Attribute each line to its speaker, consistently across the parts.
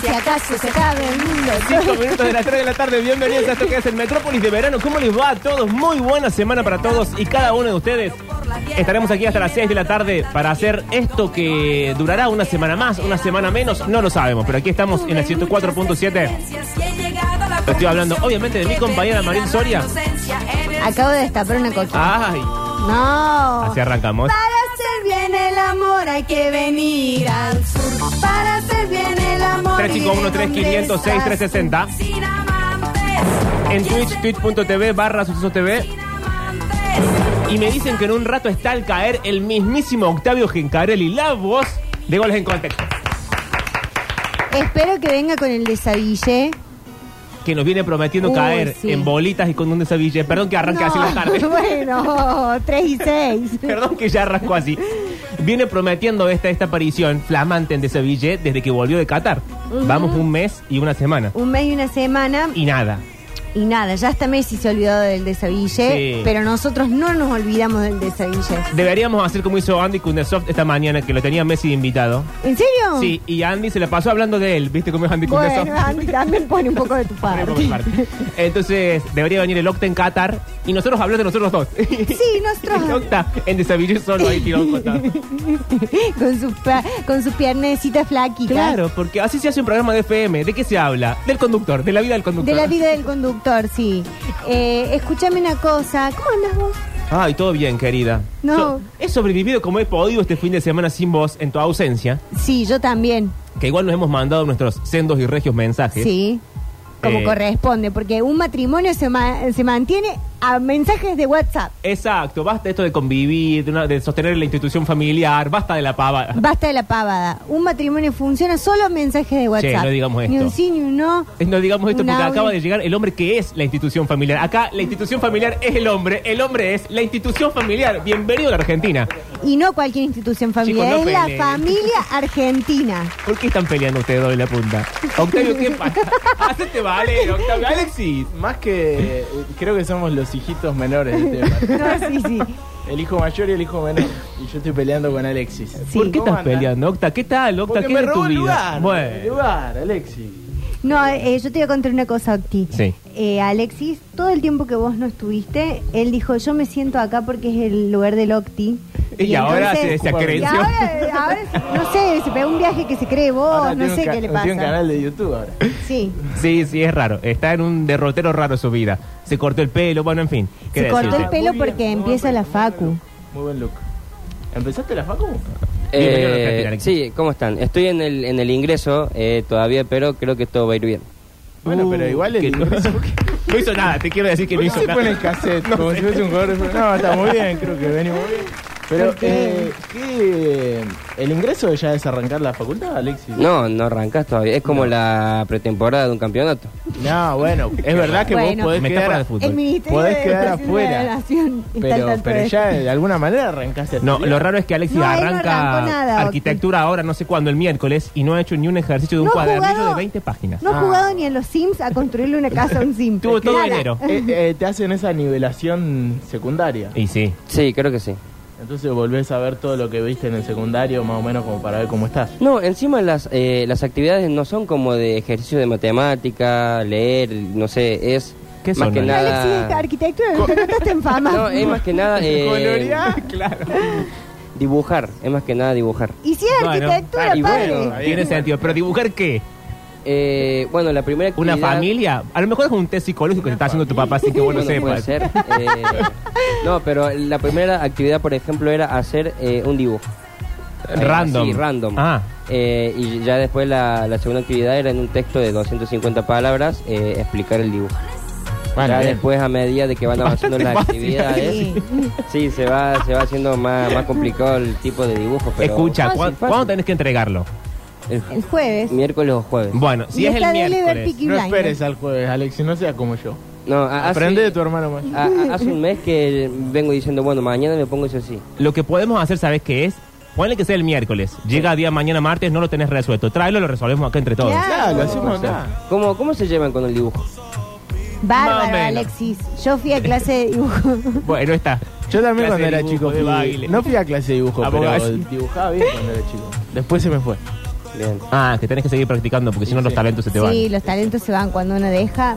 Speaker 1: se acabe el mundo.
Speaker 2: 5 minutos de las 3 de la tarde, bienvenidos a esto que es el Metrópolis de Verano. ¿Cómo les va a todos? Muy buena semana para todos y cada uno de ustedes. Estaremos aquí hasta las 6 de la tarde para hacer esto que durará una semana más, una semana menos, no lo sabemos, pero aquí estamos en la 104.7. Estoy hablando, obviamente, de mi compañera Maril Soria.
Speaker 1: Acabo de destapar una coquita.
Speaker 2: ¡Ay!
Speaker 1: No.
Speaker 2: Así arrancamos.
Speaker 1: Para hacer bien el amor hay que venir al sur. Para hacer bien el amor.
Speaker 2: 351-3500-6360.
Speaker 1: 6360
Speaker 2: En Twitch, twitch.tv barra suceso TV. Y me dicen que en un rato está al caer el mismísimo Octavio Gencarelli, la voz de Goles en Contexto,
Speaker 1: Espero que venga con el desaville.
Speaker 2: que nos viene prometiendo
Speaker 1: Uy,
Speaker 2: caer
Speaker 1: sí.
Speaker 2: en bolitas y con un desaville. Perdón que arranque así la tarde.
Speaker 1: Bueno, 3 y 6.
Speaker 2: Perdón que ya arrasco así. Viene prometiendo esta, esta aparición flamante en desaville desde que volvió de Qatar. Vamos un mes y una semana.
Speaker 1: Un mes y una semana.
Speaker 2: Y nada.
Speaker 1: Y nada, ya hasta Messi se olvidó del desaville.
Speaker 2: Sí.
Speaker 1: Pero nosotros no nos olvidamos del desaville.
Speaker 2: Deberíamos hacer como hizo Andy Kundesoft esta mañana, que lo tenía Messi de invitado.
Speaker 1: ¿En serio?
Speaker 2: Sí, y Andy se la pasó hablando de él. ¿Viste cómo es Andy Kundesoft?
Speaker 1: Oh. Bueno, Andy también pone un poco de tu
Speaker 2: Por mi
Speaker 1: parte.
Speaker 2: parte. Entonces, debería venir el Octa en Qatar y nosotros hablar de nosotros dos.
Speaker 1: Sí,
Speaker 2: El
Speaker 1: nosotros
Speaker 2: Octa en desabillé solo ahí tirado costado.
Speaker 1: con sus pa- con sus piernecitas flaquitas.
Speaker 2: Claro, porque así se hace un programa de FM. ¿De qué se habla? Del conductor, de la vida del conductor.
Speaker 1: De la vida del conductor, sí. Eh, escúchame una cosa. ¿Cómo andas vos?
Speaker 2: Ay, todo bien, querida.
Speaker 1: No.
Speaker 2: So- he sobrevivido como he podido este fin de semana sin vos, en tu ausencia.
Speaker 1: Sí, yo también.
Speaker 2: Que igual nos hemos mandado nuestros sendos y regios mensajes.
Speaker 1: Sí. Como
Speaker 2: Eh.
Speaker 1: corresponde, porque un matrimonio se, ma- se mantiene a mensajes de WhatsApp.
Speaker 2: Exacto, basta esto de convivir, de, una- de sostener la institución familiar, basta de la pava.
Speaker 1: Basta de la pavada. Un matrimonio funciona solo a mensajes de WhatsApp.
Speaker 2: no digamos
Speaker 1: Ni
Speaker 2: esto.
Speaker 1: un sí ni un no.
Speaker 2: No digamos esto
Speaker 1: Un
Speaker 2: porque
Speaker 1: audio.
Speaker 2: acaba de llegar el hombre que es la institución familiar. Acá la institución familiar es el hombre, el hombre es la institución familiar. Bienvenido a la Argentina.
Speaker 1: Y no cualquier institución familiar.
Speaker 2: Chicos, no
Speaker 1: es la
Speaker 2: peleen.
Speaker 1: familia argentina.
Speaker 2: ¿Por qué están peleando ustedes dos de la punta? Octavio, ¿qué pasa?
Speaker 3: Ah,
Speaker 2: Hacete valer, Octavio. Alexis.
Speaker 3: Más que. eh, Creo que somos los hijitos menores del tema.
Speaker 1: No, sí, sí.
Speaker 3: El hijo mayor y el hijo menor. Y yo estoy peleando con Alexis.
Speaker 1: Sí.
Speaker 2: ¿Por qué
Speaker 3: ¿Cómo
Speaker 2: estás
Speaker 3: andan?
Speaker 2: peleando, Octa? ¿Qué tal, Octa?
Speaker 3: Porque
Speaker 2: ¿Qué
Speaker 3: me
Speaker 2: es tu
Speaker 3: robó el
Speaker 2: vida?
Speaker 3: lugar. El
Speaker 2: Bueno.
Speaker 3: lugar, Alexis.
Speaker 1: No, eh, yo te voy a contar una cosa, Octi.
Speaker 2: Sí.
Speaker 1: Eh, Alexis, todo el tiempo que vos no estuviste, él dijo, yo me siento acá porque es el lugar del Octi.
Speaker 2: Y ahora se- se
Speaker 1: Y
Speaker 2: acreenció.
Speaker 1: ahora, eh, ahora, no sé, se pegó un viaje que se cree vos, Oh,
Speaker 3: Ahora
Speaker 1: no
Speaker 3: tiene un
Speaker 1: sé
Speaker 3: ca-
Speaker 1: qué le
Speaker 3: Tiene un
Speaker 1: pasa.
Speaker 3: canal de YouTube ahora.
Speaker 1: Sí.
Speaker 2: Sí, sí, es raro. Está en un derrotero raro su vida. Se cortó el pelo, bueno, en fin. ¿Qué
Speaker 1: Se cortó
Speaker 2: decirte?
Speaker 1: el pelo
Speaker 3: Muy bien,
Speaker 1: porque
Speaker 3: muy
Speaker 1: empieza
Speaker 3: buen
Speaker 1: la
Speaker 3: look, muy buen
Speaker 1: facu.
Speaker 3: look, Muy buen look. ¿Empezaste la facu?
Speaker 2: Bienvenido a la Argentina, Alexis.
Speaker 4: Eh, sí, ¿cómo están? Estoy en el, en el ingreso eh, todavía, pero creo que todo va a ir bien.
Speaker 3: Bueno,
Speaker 2: Uh,
Speaker 3: pero igual el
Speaker 2: que-
Speaker 3: ingreso-
Speaker 2: No hizo nada, te quiero decir que no
Speaker 3: Hoy
Speaker 2: hizo
Speaker 3: se pone
Speaker 2: nada.
Speaker 3: el cassette, como si fuese un jugador de fútbol. No, está muy bien, creo que venimos bien. Pero,
Speaker 1: Ok.
Speaker 3: eh, ¿qué- ¿el ingreso ya es arrancar la facultad, Alexis?
Speaker 4: No, no arrancas todavía. Es como la pretemporada de un campeonato.
Speaker 3: No, bueno, es verdad que
Speaker 1: Bueno.
Speaker 3: vos podés
Speaker 2: Metáfora
Speaker 3: quedar,
Speaker 2: de fútbol.
Speaker 1: El Ministerio
Speaker 3: podés
Speaker 1: de
Speaker 3: quedar
Speaker 1: Educación de la
Speaker 3: afuera.
Speaker 1: Nación está al
Speaker 3: pero,
Speaker 1: tanto
Speaker 3: pero
Speaker 1: de-
Speaker 3: ya de alguna manera arrancaste. a
Speaker 2: No,
Speaker 3: estudiar.
Speaker 2: lo raro es que Alexis
Speaker 1: No, él no
Speaker 2: arranca
Speaker 1: arrancó nada, Octi.
Speaker 2: arquitectura ahora, no sé cuándo, el miércoles, y no ha hecho ni un ejercicio de un
Speaker 1: No ha
Speaker 2: cuadernillo
Speaker 1: jugado-
Speaker 2: de 20 páginas.
Speaker 1: No ha
Speaker 3: Ah.
Speaker 1: jugado ni a los Sims a construirle una casa a un Sim.
Speaker 2: Tuvo todo
Speaker 1: Nada.
Speaker 2: enero.
Speaker 3: Eh, eh, te hacen esa nivelación secundaria.
Speaker 2: Y sí.
Speaker 4: Sí, creo que sí.
Speaker 3: Entonces volvés a ver todo lo que viste en el secundario, más o menos como para ver cómo estás.
Speaker 4: No, encima las, eh, las actividades no son como de ejercicio de matemática, leer, no sé, es
Speaker 2: ¿Qué
Speaker 4: más
Speaker 2: son,
Speaker 4: que
Speaker 2: Ale?
Speaker 1: Alexis,
Speaker 4: nada...
Speaker 1: arquitectura, no estás en fama.
Speaker 4: No, es más que nada... eh,
Speaker 3: Colorear,
Speaker 4: claro. Dibujar, es más que nada dibujar.
Speaker 1: Y si es
Speaker 2: Bueno,
Speaker 1: arquitectura,
Speaker 4: y
Speaker 1: padre.
Speaker 4: bueno,
Speaker 2: Tiene sentido, pero dibujar qué?
Speaker 4: Eh, bueno, la primera
Speaker 2: ¿Una
Speaker 4: actividad-
Speaker 2: familia? A lo mejor es un test psicológico que te está haciendo tu papá, así que bueno,
Speaker 4: Bueno, puede
Speaker 2: sepas.
Speaker 4: ser. eh, no, pero la primera actividad, por ejemplo, era hacer eh, un dibujo. Eh,
Speaker 2: Random.
Speaker 4: Sí, random.
Speaker 2: Ah.
Speaker 4: Eh, y ya después la, la segunda actividad era en un texto de 250 palabras eh, explicar el dibujo.
Speaker 2: Bueno,
Speaker 4: ya
Speaker 2: Ah, bien.
Speaker 4: después a medida de que van avanzando
Speaker 2: Bastante
Speaker 4: las
Speaker 2: fácil,
Speaker 4: actividades,
Speaker 1: Sí.
Speaker 4: sí, se va se va haciendo más, más complicado el tipo de dibujo. Pero
Speaker 2: Escucha,
Speaker 4: fácil,
Speaker 2: ¿cuá-
Speaker 4: fácil.
Speaker 2: ¿cuándo tenés que entregarlo?
Speaker 4: El
Speaker 1: El jueves.
Speaker 4: miércoles o jueves.
Speaker 2: Bueno, si
Speaker 1: Y
Speaker 2: es
Speaker 1: esta
Speaker 2: el
Speaker 1: de Oliver
Speaker 2: miércoles.
Speaker 1: Piqui
Speaker 3: No
Speaker 1: Blinders.
Speaker 3: esperes al jueves, Alexis, no seas como yo.
Speaker 4: no, ha- hace-
Speaker 3: Aprende de tu hermano más.
Speaker 4: ha- ha- hace un mes que vengo diciendo, bueno, mañana me pongo eso así.
Speaker 2: Lo que podemos hacer, ¿sabes qué es? Ponle que sea el miércoles. Llega día mañana martes, no lo tenés resuelto. Tráelo, lo resolvemos acá entre todos.
Speaker 1: Claro.
Speaker 3: Ya, lo hacemos acá.
Speaker 4: ¿Cómo, ¿Cómo se llevan con el dibujo?
Speaker 2: Más o
Speaker 1: Bárbaro,
Speaker 2: menos.
Speaker 1: Alexis. Yo fui a clase de dibujo.
Speaker 2: Bueno, está.
Speaker 3: Yo
Speaker 2: Clase
Speaker 3: también cuando
Speaker 2: de
Speaker 3: era
Speaker 2: dibujo,
Speaker 3: chico
Speaker 2: de
Speaker 3: fui-
Speaker 2: baile.
Speaker 3: no fui a clase de dibujo,
Speaker 2: Ah,
Speaker 3: pero
Speaker 2: porque-
Speaker 3: dibujaba bien cuando era chico. Después se me fue.
Speaker 4: Bien.
Speaker 2: Ah, que tenés que seguir practicando porque si no los talentos se te van.
Speaker 1: Sí, los talentos se van cuando uno deja.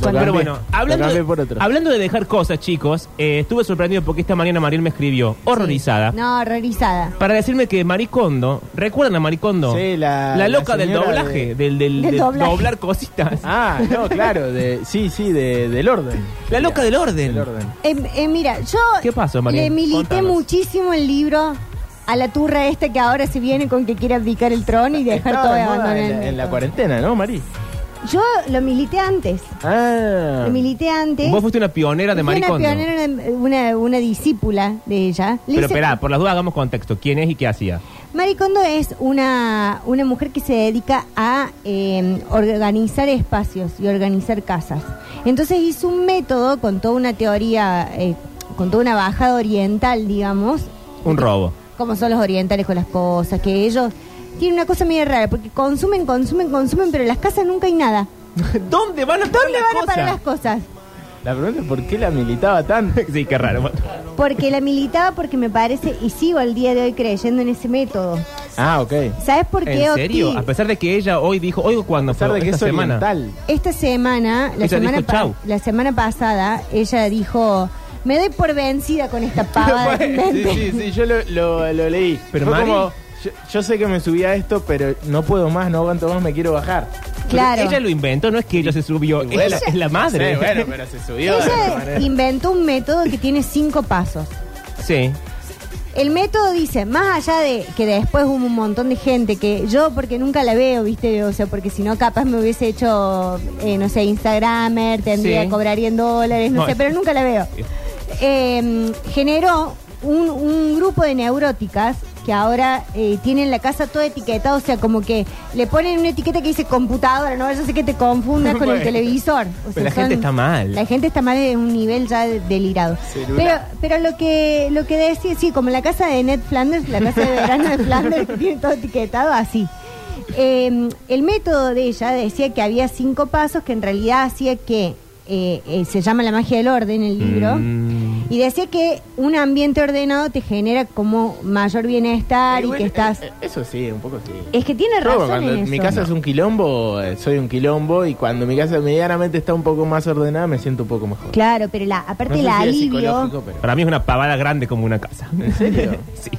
Speaker 2: Bueno,
Speaker 1: Cuando...
Speaker 2: pero bueno,
Speaker 3: cambié, lo
Speaker 2: hablando
Speaker 3: cambié
Speaker 2: de,
Speaker 3: por otro.
Speaker 2: hablando de dejar cosas, chicos, eh, estuve sorprendido porque esta mañana Mariel me escribió, horrorizada,
Speaker 1: No, horrorizada.
Speaker 2: para decirme que Maricondo, ¿recuerdan a Maricondo?
Speaker 3: Sí, la- la
Speaker 2: loca del
Speaker 3: señora
Speaker 2: doblaje,
Speaker 3: de-
Speaker 2: del, del-
Speaker 1: Del
Speaker 2: de
Speaker 1: doblaje.
Speaker 2: doblar cositas.
Speaker 3: Ah, no, claro, de, sí, sí, de, del orden.
Speaker 2: La loca del orden.
Speaker 3: Del orden.
Speaker 1: Eh, eh, mira, yo
Speaker 2: ¿Qué pasó, Mariel?
Speaker 1: le milité
Speaker 2: Contanos.
Speaker 1: muchísimo el libro a la turra esta que ahora se viene con que quiere abdicar el trono y dejar
Speaker 3: Estaba
Speaker 1: todo
Speaker 3: de
Speaker 1: y
Speaker 3: moda
Speaker 1: abandonar
Speaker 3: en,
Speaker 1: el
Speaker 3: la- en la
Speaker 1: método.
Speaker 3: cuarentena, ¿no, Mari?
Speaker 1: Yo lo milité antes.
Speaker 3: Ah.
Speaker 1: Lo milité antes.
Speaker 2: Vos fuiste una pionera de
Speaker 1: Fui una
Speaker 2: Maricondo.
Speaker 1: pionera, una, una- una discípula de ella. Le
Speaker 2: Pero
Speaker 1: hice-
Speaker 2: esperá, por las dudas hagamos contexto. ¿Quién es y qué hacía?
Speaker 1: Marie Kondo es una, una mujer que se dedica a eh, organizar espacios y organizar casas. Entonces hizo un método con toda una teoría, eh, con toda una bajada oriental, digamos,
Speaker 2: Un robo.
Speaker 1: como son los orientales con las cosas, que ellos tienen una cosa medio rara, porque consumen, consumen, consumen, pero en las casas nunca hay nada.
Speaker 2: ¿Dónde van a parar
Speaker 1: ¿Dónde van
Speaker 2: las
Speaker 1: a
Speaker 2: cosas?
Speaker 1: parar las cosas?
Speaker 3: La pregunta es por qué la militaba tanto.
Speaker 2: Sí, qué raro. Bueno,
Speaker 1: Porque la militaba porque me parece, y sigo al día de hoy creyendo en ese método.
Speaker 3: Ah, ok.
Speaker 1: ¿Sabes por qué,
Speaker 2: ¿En serio?
Speaker 1: Octi?
Speaker 2: A pesar de que ella hoy dijo, hoy cuando
Speaker 3: A pesar
Speaker 2: fue
Speaker 3: de que
Speaker 2: esta
Speaker 3: es
Speaker 2: semana.
Speaker 3: oriental.
Speaker 1: Esta semana, la
Speaker 2: Ella
Speaker 1: semana,
Speaker 2: dijo
Speaker 1: pa-
Speaker 2: chau.
Speaker 1: la semana pasada, ella dijo, me doy por vencida con esta pava. de
Speaker 3: Sí,
Speaker 1: repente".
Speaker 3: sí, sí, yo lo, lo- lo leí.
Speaker 2: Pero,
Speaker 3: Fue
Speaker 2: Mari-
Speaker 3: como, yo, yo sé que me subí a esto, pero no puedo más, no aguanto más, me quiero bajar.
Speaker 2: Pero
Speaker 1: Claro.
Speaker 2: Ella lo inventó, no es que ella se subió.
Speaker 3: Y
Speaker 2: es, la,
Speaker 3: bueno,
Speaker 2: Ah, es la madre.
Speaker 3: Sí, bueno, pero se subió. de esa
Speaker 1: Ella
Speaker 3: manera.
Speaker 1: inventó un método que tiene cinco pasos.
Speaker 2: Sí.
Speaker 1: El método dice, más allá de que después hubo un montón de gente que yo, porque nunca la veo, viste, o sea, porque si no capaz me hubiese hecho, eh, no sé, Instagramer, tendría,
Speaker 2: Sí.
Speaker 1: cobraría en dólares, no,
Speaker 2: No,
Speaker 1: sé,
Speaker 2: es-
Speaker 1: pero nunca la veo. Eh, generó un, un grupo de neuróticas que ahora eh, tienen la casa toda etiquetada, o sea, como que le ponen una etiqueta que dice computadora, no vayas a hacer que te confundas con el
Speaker 2: Bueno.
Speaker 1: televisor. O sea,
Speaker 2: Pero la gente está mal.
Speaker 1: La gente está mal en un nivel ya de- delirado. Pero,
Speaker 3: Celular.
Speaker 1: pero lo que lo que decía, sí, como la casa de Ned Flanders, la casa de verano de Flanders, que tiene todo etiquetado así. Eh, el método de ella decía que había cinco pasos que en realidad hacía que eh, eh, se llama la magia del orden el libro.
Speaker 2: Mm.
Speaker 1: Y decía que un ambiente ordenado te genera como mayor bienestar y,
Speaker 3: Igual,
Speaker 1: que estás...
Speaker 3: eh, eh, Eso sí, un poco sí.
Speaker 1: es que tiene
Speaker 3: Yo,
Speaker 1: razón
Speaker 3: cuando
Speaker 1: en eso.
Speaker 3: mi casa es un quilombo, eh, soy un quilombo y cuando mi casa medianamente está un poco más ordenada me siento un poco mejor.
Speaker 1: Claro, pero la, aparte
Speaker 3: No sé
Speaker 1: la
Speaker 3: si es
Speaker 1: alivio
Speaker 3: psicológico, pero-
Speaker 2: Para mí es una pavada grande como una casa.
Speaker 3: ¿En serio?
Speaker 2: Sí.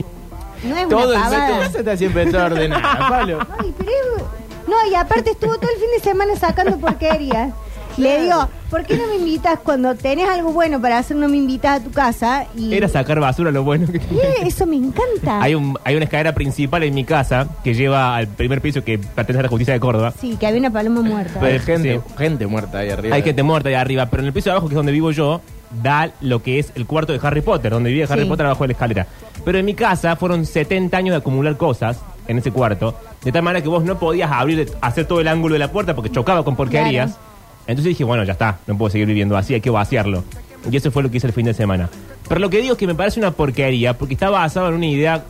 Speaker 1: no es
Speaker 3: Todo
Speaker 1: una
Speaker 3: en tu
Speaker 1: pavada.
Speaker 3: casa está siempre toda ordenada, Pablo.
Speaker 1: Ay, pero es- No, y aparte estuvo todo el fin de semana sacando porquerías. Le digo, ¿por qué no me invitas cuando tenés algo bueno para hacer? No me invitas a tu casa. Y
Speaker 2: Era sacar basura lo bueno que tenía.
Speaker 1: Eh, Eso me encanta.
Speaker 2: Hay, un, hay una escalera principal en mi casa que lleva al primer piso que pertenece a la justicia de Córdoba.
Speaker 1: Sí, que había una paloma muerta.
Speaker 2: Pero-
Speaker 3: Hay gente,
Speaker 2: sí.
Speaker 3: gente muerta ahí arriba.
Speaker 2: Hay gente muerta allá arriba, pero en el piso de abajo, que es donde vivo yo, da lo que es el cuarto de Harry Potter, donde vivía Harry
Speaker 1: Sí.
Speaker 2: Potter abajo de la escalera. Pero en mi casa fueron 70 años de acumular cosas en ese cuarto, de tal manera que vos no podías abrir, hacer todo el ángulo de la puerta porque chocaba con porquerías.
Speaker 1: Claro.
Speaker 2: Entonces dije, bueno, ya está, no puedo seguir viviendo así, hay que vaciarlo. Y eso fue lo que hice el fin de semana. Pero lo que digo es que me parece una porquería, porque está basado en una idea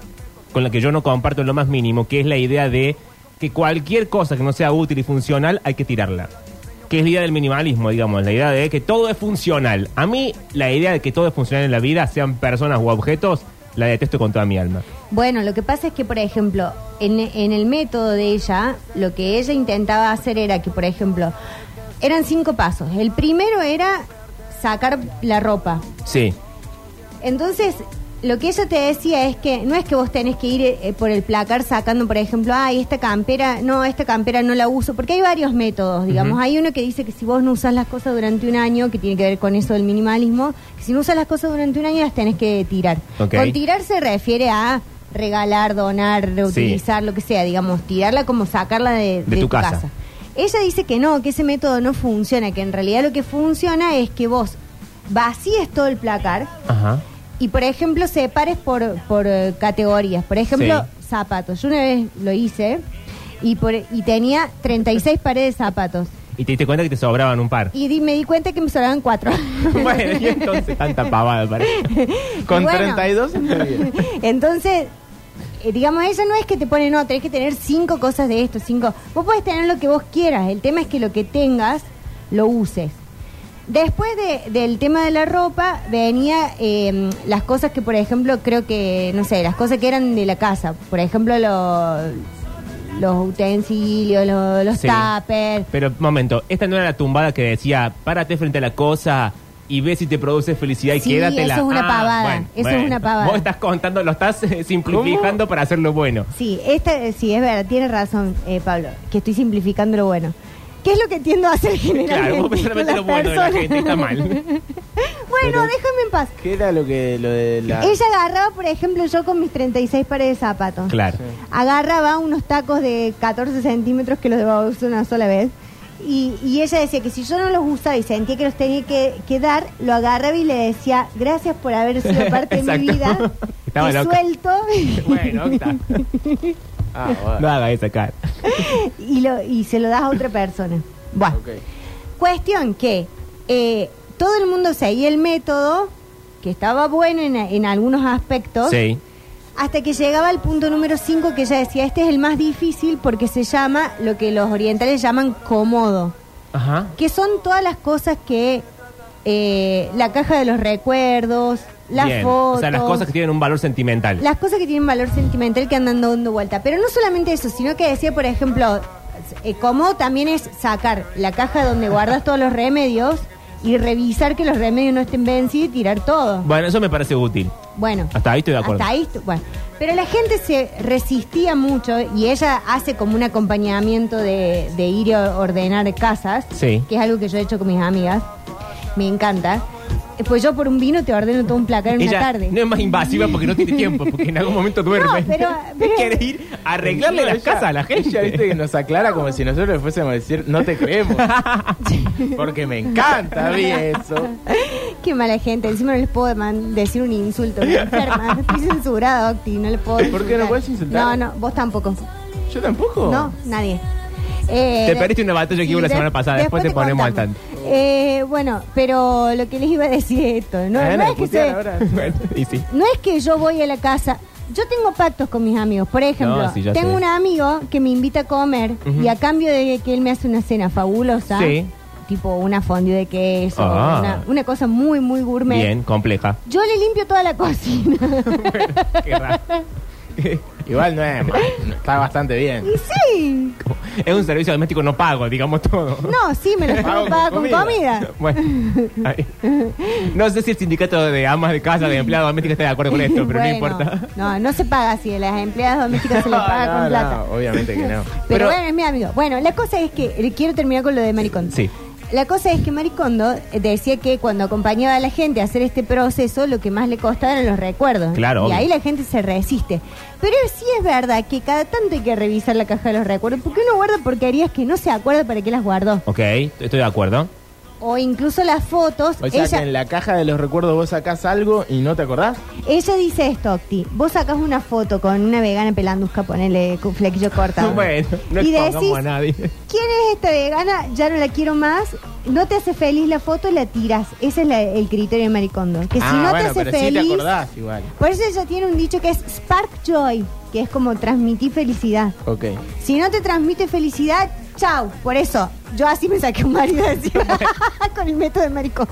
Speaker 2: con la que yo no comparto en lo más mínimo, que es la idea de que cualquier cosa que no sea útil y funcional hay que tirarla. Que es la idea del minimalismo, digamos, la idea de que todo es funcional. A mí la idea de que todo es funcional en la vida, sean personas u objetos, la detesto con toda mi alma.
Speaker 1: Bueno, lo que pasa es que, por ejemplo, en, en el método de ella, lo que ella intentaba hacer era que, por ejemplo, eran cinco pasos. El primero era sacar la ropa.
Speaker 2: Sí.
Speaker 1: Entonces, lo que ella te decía es que no es que vos tenés que ir eh, por el placar sacando, por ejemplo, ay, esta campera, no, esta campera no la uso, porque hay varios métodos, digamos. Hay uno que dice que si vos no usas las cosas durante un año, que tiene que ver con eso del minimalismo, que si no usas las cosas durante un año las tenés que tirar.
Speaker 2: Ok.
Speaker 1: Con tirar se refiere a regalar, donar, reutilizar, lo que sea, digamos, tirarla como sacarla de,
Speaker 2: De tu casa.
Speaker 1: Ella dice que no, que ese método no funciona, que en realidad lo que funciona es que vos vacíes todo el placar,
Speaker 2: Ajá.
Speaker 1: y por ejemplo, separes por, por eh, categorías. Por ejemplo,
Speaker 2: Sí.
Speaker 1: zapatos. Yo una vez lo hice y, por, y tenía 36 pares de zapatos.
Speaker 2: Y te diste cuenta que te sobraban un par.
Speaker 1: Y di- me di cuenta que me sobraban cuatro.
Speaker 2: bueno, y entonces tanta pavada, parece.
Speaker 3: Con
Speaker 1: Bueno.
Speaker 3: 32 está bien.
Speaker 1: Entonces, eh, digamos, ella no es que te pone, no, tenés que tener cinco cosas de esto, cinco. Vos podés tener lo que vos quieras, el tema es que lo que tengas lo uses. Después de- del tema de la ropa, venía eh, las cosas que, por ejemplo, creo que, no sé, las cosas que eran de la casa. Por ejemplo, lo- los utensilios, lo- los
Speaker 2: Sí.
Speaker 1: tuppers.
Speaker 2: Pero, momento, esta no era la tumbada que decía, párate frente a la cosa y ve si te produce felicidad y
Speaker 1: Sí,
Speaker 2: quédatela.
Speaker 1: eso es una
Speaker 2: Ah,
Speaker 1: pavada, eso es una pavada.
Speaker 2: Vos estás contando, lo estás eh, simplificando para hacerlo bueno.
Speaker 1: Sí, esta, eh, sí, es verdad, tienes razón, eh, Pablo, que estoy simplificando lo bueno. ¿Qué es lo que tiendo a hacer generalmente?
Speaker 2: Claro, vos pensás
Speaker 1: con las
Speaker 2: solamente lo bueno de la
Speaker 1: personas?
Speaker 2: gente, está mal.
Speaker 1: bueno,
Speaker 3: Pero-
Speaker 1: déjame en paz.
Speaker 3: ¿Qué era lo que lo de la
Speaker 1: Ella agarraba, por ejemplo, yo con mis 36 pares de zapatos.
Speaker 2: Claro.
Speaker 1: agarraba unos tacos de 14 centímetros que los debía usar una sola vez. Y, y ella decía que si yo no los usaba y sentía que los tenía que, que dar, lo agarraba y le decía, gracias por haber sido parte de mi
Speaker 2: Exacto.
Speaker 1: vida.
Speaker 2: Estaba
Speaker 1: te
Speaker 2: loca.
Speaker 1: suelto.
Speaker 2: Bueno, está.
Speaker 3: Ah, bueno.
Speaker 2: no haga esa cara.
Speaker 1: y, lo, y se lo das a otra persona. Bueno,
Speaker 3: Ok.
Speaker 1: cuestión que eh, todo el mundo seguía el método, que estaba bueno en, en algunos aspectos.
Speaker 2: Sí.
Speaker 1: Hasta que llegaba al punto número 5 que ella decía, este es el más difícil porque se llama lo que los orientales llaman cómodo,
Speaker 2: Ajá.
Speaker 1: que son todas las cosas que eh, la caja de los recuerdos, las
Speaker 2: Bien.
Speaker 1: fotos,
Speaker 2: O sea, las cosas que tienen un valor sentimental.
Speaker 1: las cosas que tienen valor sentimental que andan dando vuelta. Pero no solamente eso, sino que decía, por ejemplo, eh, cómodo también es sacar la caja donde guardas todos los remedios y revisar que los remedios no estén vencidos y tirar todo.
Speaker 2: Bueno, eso me parece útil.
Speaker 1: Bueno.
Speaker 2: Hasta ahí estoy de acuerdo.
Speaker 1: Hasta ahí, estu- bueno. Pero la gente se resistía mucho y ella hace como un acompañamiento de, de ir a ordenar casas,
Speaker 2: Sí.
Speaker 1: que es algo que yo he hecho con mis amigas. Me encanta. Eh, Pues yo por un vino te ordeno todo un placar en
Speaker 2: Ella
Speaker 1: una tarde.
Speaker 2: no es más invasiva porque no tiene tiempo, porque en algún momento duerme.
Speaker 1: No, pero- pero-
Speaker 2: Quiere ir a arreglarle
Speaker 3: No,
Speaker 2: las
Speaker 3: ella-
Speaker 2: casas a la gente.
Speaker 3: Ella viste que nos aclara como si nosotros le fuésemos a decir, no te creemos. Porque me encanta a mí eso.
Speaker 1: Qué mala gente. Encima no les puedo man- decir un insulto. Me enferma. Estoy censurada, Octi. No les puedo
Speaker 3: ¿Por qué no puedes insultar?
Speaker 1: No, no. Vos tampoco.
Speaker 3: Yo tampoco.
Speaker 1: No, nadie. Eh,
Speaker 2: Oh. Te
Speaker 1: de-
Speaker 2: perdiste una batalla que
Speaker 1: Sí,
Speaker 2: hubo la
Speaker 1: de-
Speaker 2: semana pasada, después, te ponemos al
Speaker 1: contamos.
Speaker 2: tanto.
Speaker 1: Eh, bueno, pero lo que les iba a decir es esto. No, no
Speaker 3: Me ganas de
Speaker 1: es que
Speaker 3: putear
Speaker 1: se-
Speaker 3: ahora.
Speaker 2: Bueno, y sí.
Speaker 1: no es que yo voy a la casa. Yo tengo pactos con mis amigos. Por ejemplo,
Speaker 2: No, sí, ya
Speaker 1: tengo
Speaker 2: sé.
Speaker 1: un amigo que me invita a comer
Speaker 2: Ujú.
Speaker 1: y a cambio de que él me hace una cena fabulosa,
Speaker 2: Sí.
Speaker 1: tipo una fondue de queso,
Speaker 2: Ah.
Speaker 1: una, una cosa muy, muy gourmet.
Speaker 2: Bien, compleja.
Speaker 1: Yo le limpio toda la cocina.
Speaker 2: Qué raro.
Speaker 3: Igual no es mal. Está bastante bien.
Speaker 1: y sí.
Speaker 2: Es un servicio doméstico no pago, digamos todo.
Speaker 1: No, sí,
Speaker 2: Ah,
Speaker 1: me lo
Speaker 3: Pago
Speaker 1: tengo
Speaker 3: con
Speaker 1: paga con
Speaker 3: comida.
Speaker 1: comida.
Speaker 2: Bueno, ahí. no sé si el sindicato de amas de casa, de empleados domésticos está de acuerdo con esto, pero
Speaker 1: Bueno,
Speaker 2: no importa.
Speaker 1: No, no se paga así. A las empleadas domésticas se les paga
Speaker 3: No,
Speaker 1: con
Speaker 3: no,
Speaker 1: plata.
Speaker 3: no, obviamente que no.
Speaker 1: Pero, bueno, es mi amigo. Bueno, la cosa es que eh, quiero terminar con lo de Maricondo.
Speaker 2: Sí.
Speaker 1: La cosa es que Maricondo eh, decía que cuando acompañaba a la gente a hacer este proceso, lo que más le costaba eran los recuerdos.
Speaker 2: Claro,
Speaker 1: Y
Speaker 2: obvio.
Speaker 1: ahí la gente se resiste. Pero sí es verdad que cada tanto hay que revisar la caja de los recuerdos, porque uno guarda porquerías que no se acuerda para qué las guardó.
Speaker 2: Ok, estoy de acuerdo.
Speaker 1: O incluso las fotos.
Speaker 3: O sea
Speaker 1: ella,
Speaker 3: que en la caja de los recuerdos vos sacás algo y no te acordás.
Speaker 1: ella dice esto, Octi. Vos sacás una foto con una vegana pelandusca, ponele con flequillo cortado.
Speaker 2: Bueno, no
Speaker 1: y
Speaker 2: expongamos
Speaker 1: decís,
Speaker 2: a nadie.
Speaker 1: ¿Quién es esta vegana? Ya no la quiero más. No te hace feliz la foto, la tiras. Ese es la- el criterio de Maricondo. Que si
Speaker 3: ah,
Speaker 1: no te
Speaker 3: bueno,
Speaker 1: hace
Speaker 3: pero
Speaker 1: feliz.
Speaker 3: sí te acordás igual.
Speaker 1: por eso ella tiene un dicho que es spark joy, que es como transmitir felicidad.
Speaker 3: Ok.
Speaker 1: Si no te transmite felicidad, chau. Por eso, yo así me saqué un marido de encima con el método de Maricondo.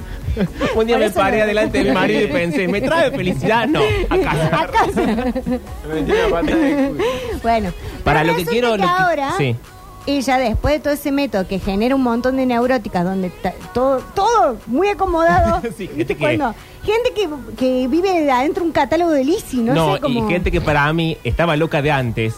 Speaker 2: Un día
Speaker 1: Por
Speaker 2: me
Speaker 1: eso
Speaker 2: paré
Speaker 1: no.
Speaker 2: adelante del marido y pensé, ¿me trae felicidad? No, a casa.
Speaker 1: ¿Acaso? Bueno,
Speaker 2: Para
Speaker 1: pero
Speaker 2: lo que
Speaker 1: resulta
Speaker 2: quiero, lo que-
Speaker 1: ahora
Speaker 2: sí.
Speaker 1: ella después de todo ese método que genera un montón de neuróticas donde ta- todo todo muy acomodado,
Speaker 2: Sí, gente
Speaker 1: ¿viste?
Speaker 2: que-
Speaker 1: Cuando- gente que, que vive adentro un catálogo de Lisi, no,
Speaker 2: No,
Speaker 1: sé cómo.
Speaker 2: y gente que para mí estaba loca de antes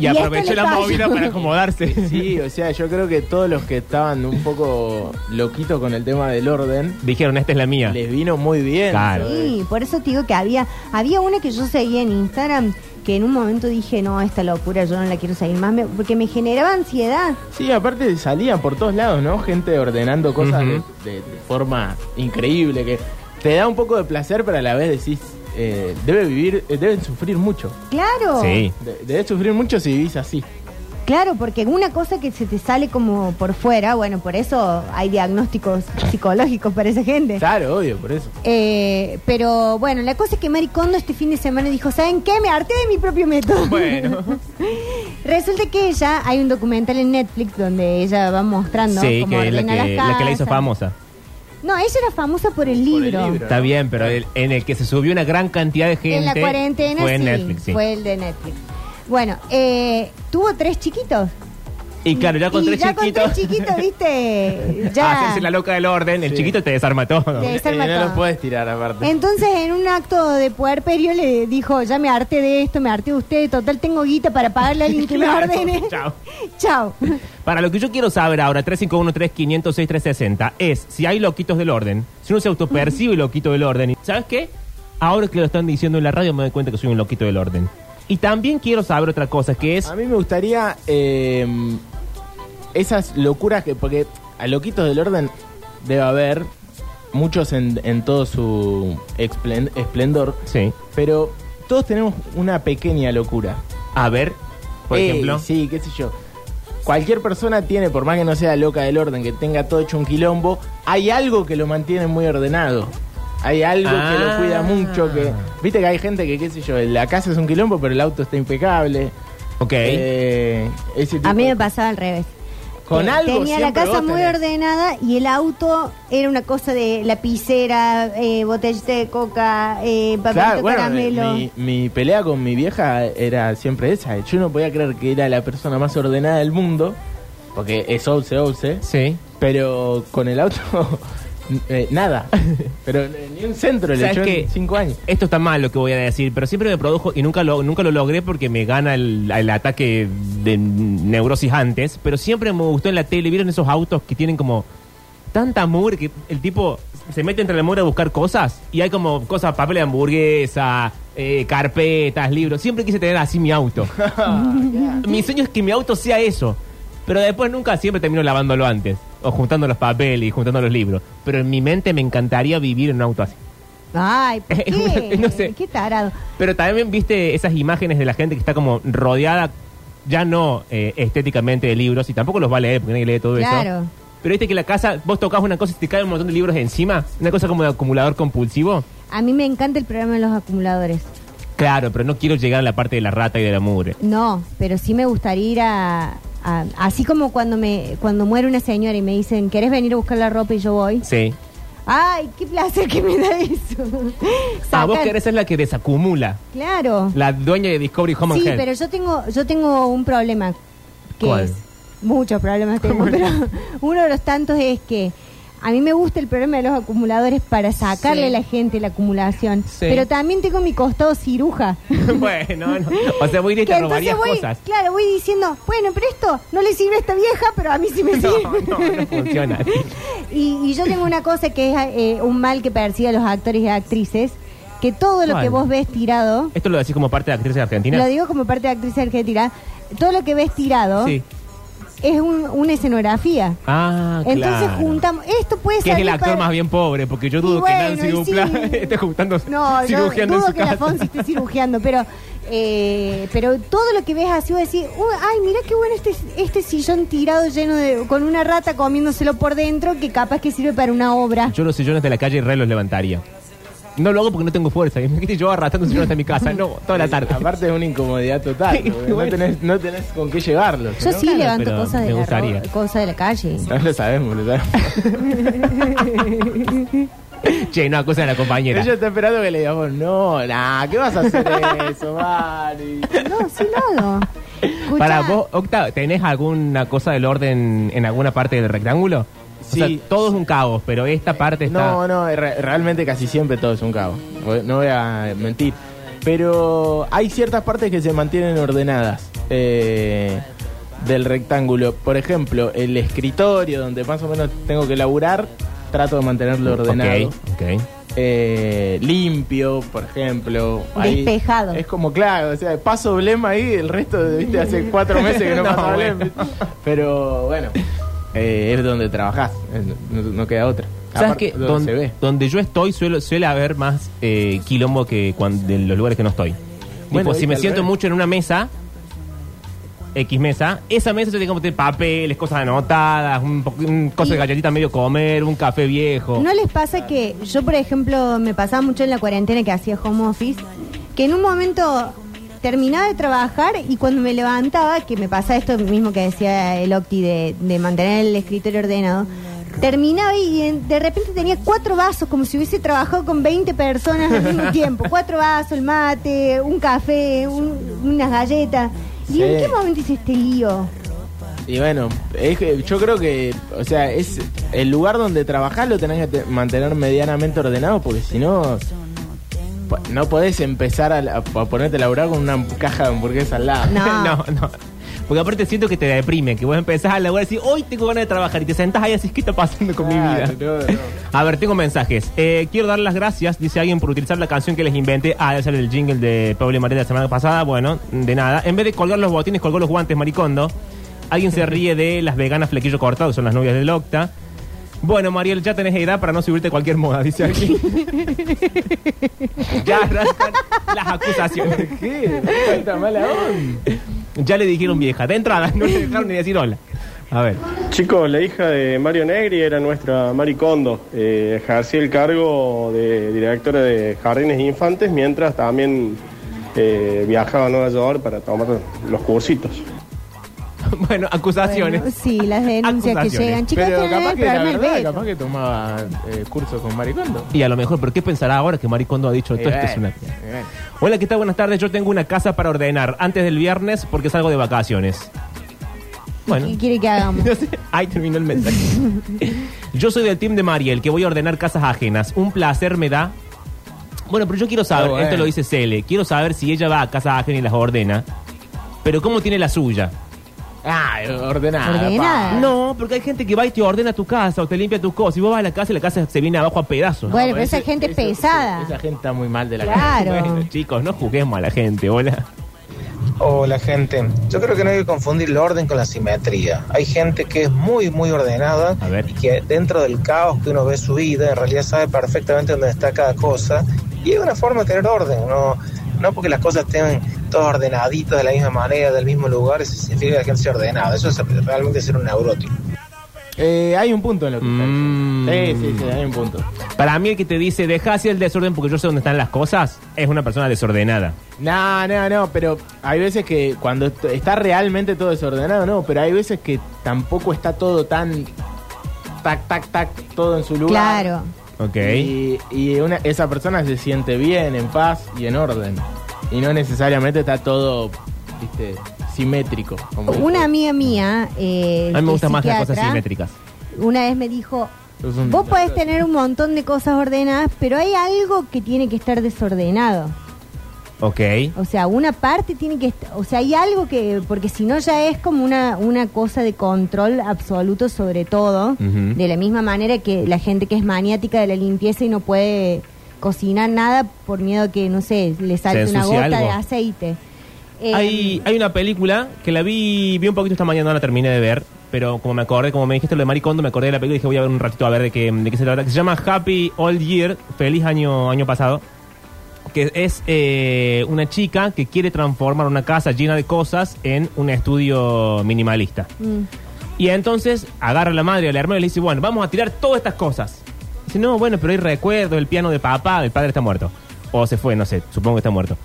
Speaker 2: y,
Speaker 1: Y esto
Speaker 2: aprovechó
Speaker 1: le
Speaker 2: la
Speaker 1: pasó.
Speaker 2: movida para acomodarse.
Speaker 3: Sí, o sea, yo creo que todos los que estaban un poco loquitos con el tema del orden,
Speaker 2: Dijeron, esta es la mía.
Speaker 3: les vino muy bien.
Speaker 2: Claro. eh.
Speaker 1: Sí, por eso te digo que había había una que yo seguía en Instagram que en un momento dije, no, esta locura yo no la quiero seguir más, me- porque me generaba ansiedad.
Speaker 3: Sí, aparte salían por todos lados, ¿no? Gente ordenando cosas de-
Speaker 2: Ujú.
Speaker 3: de, de forma increíble, que te da un poco de placer, pero a la vez decís, eh, debe vivir, eh, deben sufrir mucho.
Speaker 1: Claro.
Speaker 2: Sí.
Speaker 3: De, debes sufrir mucho si vivís así.
Speaker 1: Claro, porque una cosa que se te sale como por fuera, bueno, por eso hay diagnósticos psicológicos para esa gente.
Speaker 3: Claro, obvio, por eso.
Speaker 1: Eh, pero bueno, la cosa es que Mari Kondo este fin de semana dijo, ¿saben qué? Me harté de mi propio método.
Speaker 2: Bueno.
Speaker 1: Resulta que ella, hay un documental en Netflix donde ella va mostrando
Speaker 2: sí,
Speaker 1: cómo
Speaker 2: que es la
Speaker 1: ordena
Speaker 2: que,
Speaker 1: las
Speaker 2: la que la hizo
Speaker 1: casas.
Speaker 2: famosa.
Speaker 1: No, ella era famosa por el
Speaker 3: Por el
Speaker 1: libro.
Speaker 3: libro.
Speaker 2: Está bien, pero el- en el que se subió una gran cantidad de gente
Speaker 1: en la cuarentena
Speaker 2: fue en
Speaker 1: sí,
Speaker 2: Netflix. sí.
Speaker 1: fue el de Netflix. Bueno, eh, tuvo tres chiquitos.
Speaker 2: Y claro, ya con
Speaker 1: Y
Speaker 2: tres
Speaker 1: ya
Speaker 2: chiquitos.
Speaker 1: con tres chiquitos, viste, ya.
Speaker 2: Hacerse la loca del orden, el chiquito te desarma todo.
Speaker 1: Sí. Desarma
Speaker 3: Y Eh, no
Speaker 1: todo.
Speaker 3: lo puedes tirar aparte.
Speaker 1: Entonces, en un acto de puerperio le dijo, ya me harté de esto, me harté de usted, total tengo guita para pagarle a alguien que
Speaker 2: Claro,
Speaker 1: me ordene.
Speaker 2: chao.
Speaker 1: Chao.
Speaker 2: Para lo que yo quiero saber ahora, 351-3506-360, es si hay loquitos del orden, si uno se autopercibe loquito del orden. y- ¿Sabes qué? Ahora que lo están diciendo en la radio me doy cuenta que soy un loquito del orden. Y también quiero saber otra cosa, que es...
Speaker 3: A mí me gustaría eh, esas locuras que. Porque a Loquitos del Orden debe haber muchos en, en todo su explen- esplendor.
Speaker 2: Sí.
Speaker 3: Pero todos tenemos una pequeña locura.
Speaker 2: A ver, por
Speaker 3: Eh,
Speaker 2: ejemplo...
Speaker 3: Sí, qué sé yo. Cualquier persona tiene, por más que no sea loca del orden, que tenga todo hecho un quilombo, hay algo que lo mantiene muy ordenado. Hay algo que
Speaker 2: Ah.
Speaker 3: lo cuida mucho, que... Viste que hay gente que, qué sé yo, la casa es un quilombo, pero el auto está impecable.
Speaker 2: Ok.
Speaker 3: Eh, ese tipo
Speaker 1: A mí
Speaker 3: de-
Speaker 1: me pasaba al revés.
Speaker 3: Con
Speaker 1: Eh,
Speaker 3: algo
Speaker 1: Tenía la
Speaker 3: siempre
Speaker 1: casa
Speaker 3: vos
Speaker 1: muy
Speaker 3: tenés.
Speaker 1: ordenada y el auto era una cosa de lapicera, eh, botellita de coca, eh, papelito
Speaker 3: Claro, bueno, eh,
Speaker 1: caramelo.
Speaker 3: mi, mi pelea con mi vieja era siempre esa. Yo no podía creer que era la persona más ordenada del mundo, porque es Olse Olse,
Speaker 2: Sí.
Speaker 3: pero con el auto, eh, nada. Pero ni un centro le
Speaker 2: ¿Sabes
Speaker 3: echó
Speaker 2: qué?
Speaker 3: en cinco años.
Speaker 2: Esto está mal lo que voy a decir, pero siempre me produjo y nunca lo, nunca lo logré porque me gana el, el ataque de neurosis antes, pero siempre me gustó en la tele, vieron esos autos que tienen como tanta mugre que el tipo se mete entre la mugre a buscar cosas y hay como cosas, papel de hamburguesa, eh, carpetas, libros, siempre quise tener así mi auto. mi sueño es que mi auto sea eso, pero después nunca siempre termino lavándolo antes, o juntando los papeles y juntando los libros, pero en mi mente me encantaría vivir en un auto así.
Speaker 1: Ay,
Speaker 3: eh,
Speaker 1: ¿por qué?
Speaker 2: No sé.
Speaker 1: Qué tarado.
Speaker 2: Pero también viste esas imágenes de la gente que está como rodeada, ya no eh, estéticamente de libros, y tampoco los va a leer, porque nadie lee todo
Speaker 1: Claro.
Speaker 2: eso. Pero viste que la casa, vos tocas una cosa y te caen un montón de libros encima, una cosa como de acumulador compulsivo.
Speaker 1: A mí me encanta el programa de los acumuladores.
Speaker 2: Claro, pero no quiero llegar a la parte de la rata y de la mugre.
Speaker 1: No, pero sí me gustaría ir a, a- así como cuando me cuando muere una señora y me dicen, "¿Querés venir a buscar la ropa?" y yo voy.
Speaker 2: Sí.
Speaker 1: Ay, qué placer que me da eso.
Speaker 2: Ah, vos
Speaker 1: Sacan-
Speaker 2: querés ser la que desacumula,
Speaker 1: Claro.
Speaker 2: la dueña de Discovery Home
Speaker 1: Sí,
Speaker 2: and Health.
Speaker 1: pero yo tengo yo tengo un problema que
Speaker 2: ¿Cuál?
Speaker 1: es muchos problemas tengo, pero uno de los tantos es que a mí me gusta el problema de los acumuladores para sacarle a la gente la acumulación,
Speaker 2: Sí.
Speaker 1: pero también tengo mi costado ciruja.
Speaker 2: bueno, no. o sea, voy a ir y
Speaker 1: Que
Speaker 2: te
Speaker 1: entonces
Speaker 2: robarías
Speaker 1: voy,
Speaker 2: cosas.
Speaker 1: Claro, voy diciendo, bueno, pero esto no le sirve a esta vieja, pero a mí sí me sirve.
Speaker 2: No, no funciona.
Speaker 1: Y, y yo tengo una cosa que es eh, un mal que persigue a los actores y actrices, que todo lo
Speaker 2: ¿Cuál?
Speaker 1: que vos ves tirado,
Speaker 2: Esto lo decís como parte de actrices argentinas.
Speaker 1: lo digo como parte de actriz argentina, todo lo que ves tirado
Speaker 2: Sí.
Speaker 1: es un- una escenografía.
Speaker 2: Ah,
Speaker 1: Entonces
Speaker 2: claro.
Speaker 1: juntamos, esto puede
Speaker 2: Que
Speaker 1: ser...
Speaker 2: es el actor más bien pobre, porque yo dudo
Speaker 1: Y
Speaker 2: que
Speaker 1: bueno,
Speaker 2: Nancy
Speaker 1: y
Speaker 2: Dupla
Speaker 1: sí.
Speaker 2: esté juntando
Speaker 1: No, yo
Speaker 2: cirugiando en
Speaker 1: dudo
Speaker 2: su
Speaker 1: que la
Speaker 2: casa.
Speaker 1: Fonsi esté cirugiando, pero eh, pero todo lo que ves así vos decís, "Uy, ay, mira qué bueno este, este sillón tirado lleno de con una rata comiéndoselo por dentro que capaz que sirve para una obra.
Speaker 2: Yo los sillones de la calle re los levantaría. No lo hago porque no tengo fuerza. Imagínate yo arrastrando un sillón hasta mi casa. No, toda la tarde.
Speaker 3: Aparte es una incomodidad total.
Speaker 2: Sí,
Speaker 3: porque
Speaker 2: bueno.
Speaker 3: no, tenés, no tenés con qué llevarlo.
Speaker 1: Yo
Speaker 3: ¿no?
Speaker 1: sí
Speaker 2: Claro,
Speaker 1: levanto
Speaker 2: pero
Speaker 1: cosas de,
Speaker 2: me
Speaker 1: la
Speaker 2: gustaría.
Speaker 1: ro- cosas de la calle.
Speaker 3: No lo sabemos, lo sabemos.
Speaker 2: Che, no, cosa de la compañera.
Speaker 3: Ella está esperando que le digamos, no, nah, ¿qué vas a hacer eso, Mari?
Speaker 1: No, sí lo hago. Escuchá,
Speaker 2: Para vos, Octa, ¿tenés alguna cosa del orden en alguna parte del rectángulo? O
Speaker 3: Sí.
Speaker 2: sea, todo es un caos, pero esta parte está...
Speaker 3: No, no, re- realmente casi siempre todo es un caos. Voy- No voy a mentir. Pero hay ciertas partes que se mantienen ordenadas eh, del rectángulo. Por ejemplo, el escritorio donde más o menos tengo que laburar, trato de mantenerlo ordenado.
Speaker 2: Ok, ok.
Speaker 3: Eh, limpio, por ejemplo. Ahí
Speaker 1: Despejado.
Speaker 3: Es como claro, o sea, paso blema ahí, el resto, viste, hace cuatro meses que no,
Speaker 2: No,
Speaker 3: pasa
Speaker 2: bueno.
Speaker 3: blema. Pero bueno, eh, es donde trabajás, es- no, no queda otra.
Speaker 2: ¿Sabes
Speaker 3: Aparte,
Speaker 2: qué?
Speaker 3: Donde
Speaker 2: Don-
Speaker 3: se ve.
Speaker 2: donde yo estoy suelo- suele haber más eh, quilombo que cuando, en los lugares que no estoy.
Speaker 3: Bueno,
Speaker 2: tipo, si
Speaker 3: viste,
Speaker 2: me
Speaker 3: al
Speaker 2: siento
Speaker 3: revés.
Speaker 2: mucho en una mesa, X mesa, esa mesa yo tengo que meter papeles, cosas anotadas, un, po- un cosa de
Speaker 1: Y-
Speaker 2: galletita medio comer, un café viejo.
Speaker 1: ¿No les pasa que yo, por ejemplo, me pasaba mucho en la cuarentena que hacía home office, que en un momento terminaba de trabajar y cuando me levantaba, que me pasa esto mismo que decía el Octi de, de mantener el escritorio ordenado, Terminaba y en- de repente tenía cuatro vasos, como si hubiese trabajado con 20 personas al mismo tiempo. Cuatro vasos, el mate, un café, un- unas galletas. ¿Y
Speaker 3: Sí.
Speaker 1: en qué momento hice este lío?
Speaker 3: Y bueno, es que yo creo que, o sea, es el lugar donde trabajás lo tenés que te- mantener medianamente ordenado porque si no, po- no podés empezar a, la- a ponerte a laburar con una caja de hamburguesa al lado.
Speaker 1: No.
Speaker 2: no, no. Porque aparte siento que te deprime, que vos empezás a laburar y decís, hoy tengo ganas de trabajar y te sentás ahí y decís, ¿qué está pasando con mi vida?
Speaker 3: Claro, no, no.
Speaker 2: A ver, tengo mensajes. Eh, quiero dar las gracias, dice alguien, por utilizar la canción que les inventé. Ah, debe ser el jingle de Pablo y María de la semana pasada. Bueno, de nada. En vez de colgar los botines, colgó los guantes, maricondo. Alguien se ríe de las veganas flequillo cortado, que son las novias del Octa. Bueno, Mariel, ya tenés edad para no subirte a cualquier moda, dice alguien. ya arrancan las acusaciones.
Speaker 3: ¿Qué? Cuánta mala onda.
Speaker 2: Ya le dijeron vieja. De entrada, no le dejaron ni decir hola. A ver.
Speaker 5: Chicos, la hija de Mario Negri era nuestra Maricondo. Eh, ejercía el cargo de directora de Jardines Infantes mientras también eh, viajaba a Nueva York para tomar los cursitos.
Speaker 2: bueno, acusaciones.
Speaker 1: Bueno, sí, las denuncias que
Speaker 2: Acusaciones.
Speaker 1: llegan. Chicas,
Speaker 3: Pero
Speaker 1: tienen
Speaker 3: capaz
Speaker 1: el
Speaker 3: que, la
Speaker 1: programa El
Speaker 3: verdad,
Speaker 1: Beto.
Speaker 3: capaz que tomaba eh, cursos con maricondo.
Speaker 2: Y a lo mejor, ¿pero qué pensará ahora que Maricondo ha dicho
Speaker 3: Y
Speaker 2: esto? Esto es
Speaker 3: bueno, Eh,
Speaker 2: una...
Speaker 3: y bueno.
Speaker 2: Hola, ¿qué tal? Buenas tardes. Yo tengo una casa para ordenar antes del viernes porque salgo de vacaciones. Bueno,
Speaker 1: ¿Qué quiere que hagamos?
Speaker 2: no sé. ahí terminó el mensaje. yo soy del team de Mariel, que voy a ordenar casas ajenas. Un placer me da. Bueno, pero yo quiero saber,
Speaker 3: Ah, bueno.
Speaker 2: esto lo dice Cele, quiero saber si ella va a casas ajenas y las ordena, pero ¿cómo tiene la suya?
Speaker 3: Ah, ordenada.
Speaker 1: Ordenada.
Speaker 3: pa.
Speaker 2: No, porque hay gente que va y te ordena tu casa o te limpia tus cosas. Y vos vas a la casa y la casa se viene abajo a pedazos.
Speaker 1: Bueno,
Speaker 3: No,
Speaker 1: pero esa
Speaker 3: ese-
Speaker 1: gente
Speaker 3: ese-
Speaker 1: pesada.
Speaker 3: Esa gente está muy mal de la cabeza.
Speaker 1: Claro.
Speaker 2: Bueno, chicos, no juzguemos a la gente, hola.
Speaker 6: Hola gente, yo creo que no hay que confundir el orden con la simetría. Hay gente que es muy muy ordenada
Speaker 2: A ver.
Speaker 6: y que dentro del caos que uno ve su vida en realidad sabe perfectamente dónde está cada cosa y es una forma de tener orden, no, no porque las cosas estén todas ordenaditas de la misma manera, del mismo lugar, eso significa que la gente sea ordenada, eso es realmente ser un neurótico.
Speaker 3: Eh, hay un punto en lo que está
Speaker 2: Mm.
Speaker 3: diciendo. Sí, sí, sí, hay un punto.
Speaker 2: Para mí el que te dice, deja así el desorden porque yo sé dónde están las cosas, es una persona desordenada.
Speaker 3: No, no, no, pero hay veces que cuando t- está realmente todo desordenado, no, pero hay veces que tampoco está todo tan tac, tac, tac, todo en su lugar.
Speaker 1: Claro.
Speaker 2: Ok.
Speaker 3: Y, y una- esa persona se siente bien, en paz y en orden. Y no necesariamente está todo, viste, simétrico. como
Speaker 1: Una
Speaker 3: dice.
Speaker 1: amiga mía. eh,
Speaker 2: A mí me
Speaker 1: que
Speaker 2: gustan
Speaker 1: es
Speaker 2: más las cosas
Speaker 1: psiquiatra,
Speaker 2: simétricas.
Speaker 1: Una vez me dijo:
Speaker 3: Es un-
Speaker 1: Vos podés tener un montón de cosas ordenadas, pero hay algo que tiene que estar desordenado.
Speaker 2: Ok.
Speaker 1: O sea, una parte tiene que estar. O sea, hay algo que. Porque si no, ya es como una, una cosa de control absoluto sobre todo.
Speaker 2: Ujú.
Speaker 1: De la misma manera que la gente que es maniática de la limpieza y no puede cocinar nada por miedo a que, no sé, le salte una
Speaker 2: ensucie
Speaker 1: gota
Speaker 2: algo.
Speaker 1: de aceite. Eh,
Speaker 2: Hay, hay una película que la vi, vi un poquito esta mañana, no la terminé de ver, pero como me acordé, como me dijiste lo de Maricondo, me acordé de la película y dije voy a ver un ratito a ver de qué, de qué se trata. Que se llama Happy Old Year, feliz año, año pasado. Que es eh, una chica que quiere transformar una casa llena de cosas en un estudio minimalista.
Speaker 1: mm,
Speaker 2: Y entonces agarra a la madre, a la hermana y le dice, bueno, vamos a tirar todas estas cosas. Dice, no, bueno, pero hay recuerdos, el piano de papá, el padre está muerto. O se fue, no sé, supongo que está muerto.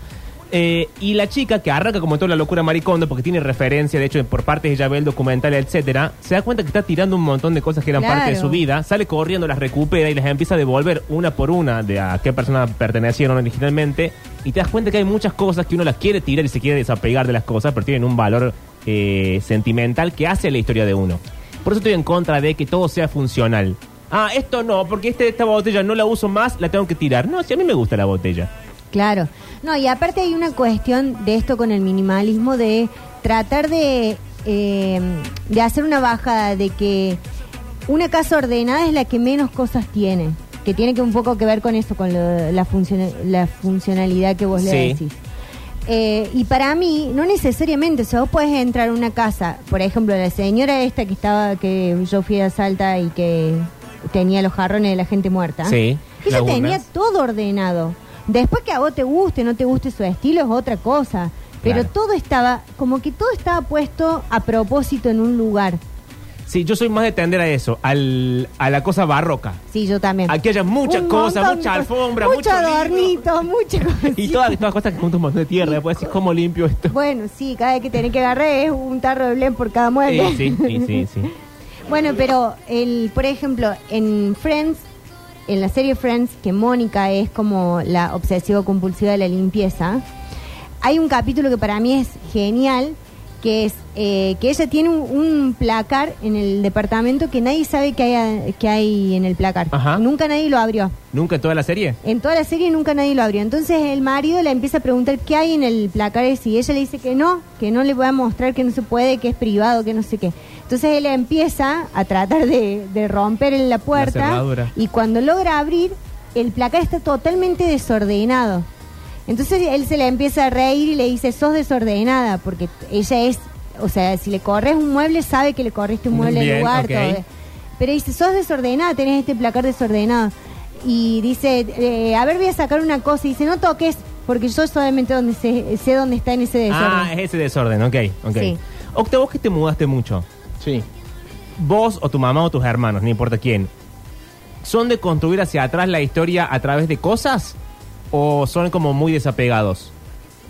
Speaker 2: Eh, y la chica que arranca como toda la locura maricondo, porque tiene referencia, de hecho, por partes ella ve el documental, etcétera, se da cuenta que está tirando un montón de cosas que eran
Speaker 1: Claro.
Speaker 2: parte de su vida, sale corriendo, las recupera y las empieza a devolver una por una de a qué persona pertenecieron originalmente. Y te das cuenta que hay muchas cosas que uno las quiere tirar y se quiere desapegar de las cosas, pero tienen un valor eh, sentimental que hace a la historia de uno. Por eso estoy en contra de que todo sea funcional. Ah, esto no, porque este- esta botella no la uso más, la tengo que tirar. No, si a mí me gusta la botella.
Speaker 1: Claro. No, y aparte hay una cuestión de esto con el minimalismo de tratar de, eh, de hacer una bajada de que una casa ordenada es la que menos cosas tiene. Que tiene que un poco que ver con eso, con lo- la, funcio- la funcionalidad que vos le
Speaker 2: Sí.
Speaker 1: decís. Eh, y para mí, no necesariamente, o sea, vos podés entrar a una casa, por ejemplo, la señora esta que estaba, que yo fui a Salta y que tenía los jarrones de la gente muerta.
Speaker 2: Sí,
Speaker 1: Ella
Speaker 2: lagunas.
Speaker 1: tenía todo ordenado. Después que a vos te guste, no te guste su estilo, es otra cosa. Pero
Speaker 2: Claro.
Speaker 1: todo estaba, como que todo estaba puesto a propósito en un lugar.
Speaker 2: Sí, yo soy más de tender a eso, al, a la cosa barroca.
Speaker 1: Sí, yo también.
Speaker 2: Aquí haya mucha
Speaker 1: Un
Speaker 2: cosa,
Speaker 1: montón
Speaker 2: mucha
Speaker 1: de
Speaker 2: alfombra,
Speaker 1: mucho
Speaker 2: mucho libro.
Speaker 1: adornito, mucha cosa.
Speaker 2: Y todas todas cosas que juntan un montón de tierra. Después decís, ¿cómo limpio esto?
Speaker 1: Bueno, sí, cada vez que tenés que agarrar es un tarro de blend por cada mueble.
Speaker 2: Eh, Sí, sí, sí, sí.
Speaker 1: Bueno, pero el, por ejemplo, en Friends, en la serie Friends, que Mónica es como la obsesiva compulsiva de la limpieza, hay un capítulo que para mí es genial, que es eh, que ella tiene un, un placar en el departamento que nadie sabe que hay, a- que hay en el placar.
Speaker 2: Ajá.
Speaker 1: Nunca nadie lo abrió.
Speaker 2: ¿Nunca en toda la serie?
Speaker 1: En toda la serie nunca nadie lo abrió. Entonces el marido le empieza a preguntar qué hay en el placar ese y ella le dice que no, que no le voy a mostrar, que no se puede, que es privado, que no sé qué. Entonces él empieza a tratar de, de romper en la puerta
Speaker 2: cerradura.
Speaker 1: y cuando logra abrir, el placar está totalmente desordenado. Entonces él se le empieza a reír y le dice, sos desordenada, porque ella es, o sea, si le corres un mueble, sabe que le corriste un mueble
Speaker 2: Bien,
Speaker 1: al lugar.
Speaker 2: ok.
Speaker 1: todo. Pero dice, sos desordenada, tenés este placar desordenado. Y dice, eh, a ver, voy a sacar una cosa. Y dice, no toques, porque yo solamente donde sé, sé dónde está en ese desorden.
Speaker 2: Ah, es ese desorden, ok, ok.
Speaker 1: Sí.
Speaker 2: Octa, vos que te mudaste mucho,
Speaker 3: Sí.
Speaker 2: vos o tu mamá o tus hermanos, no importa quién, ¿son de construir hacia atrás la historia a través de cosas? ¿O son como muy desapegados?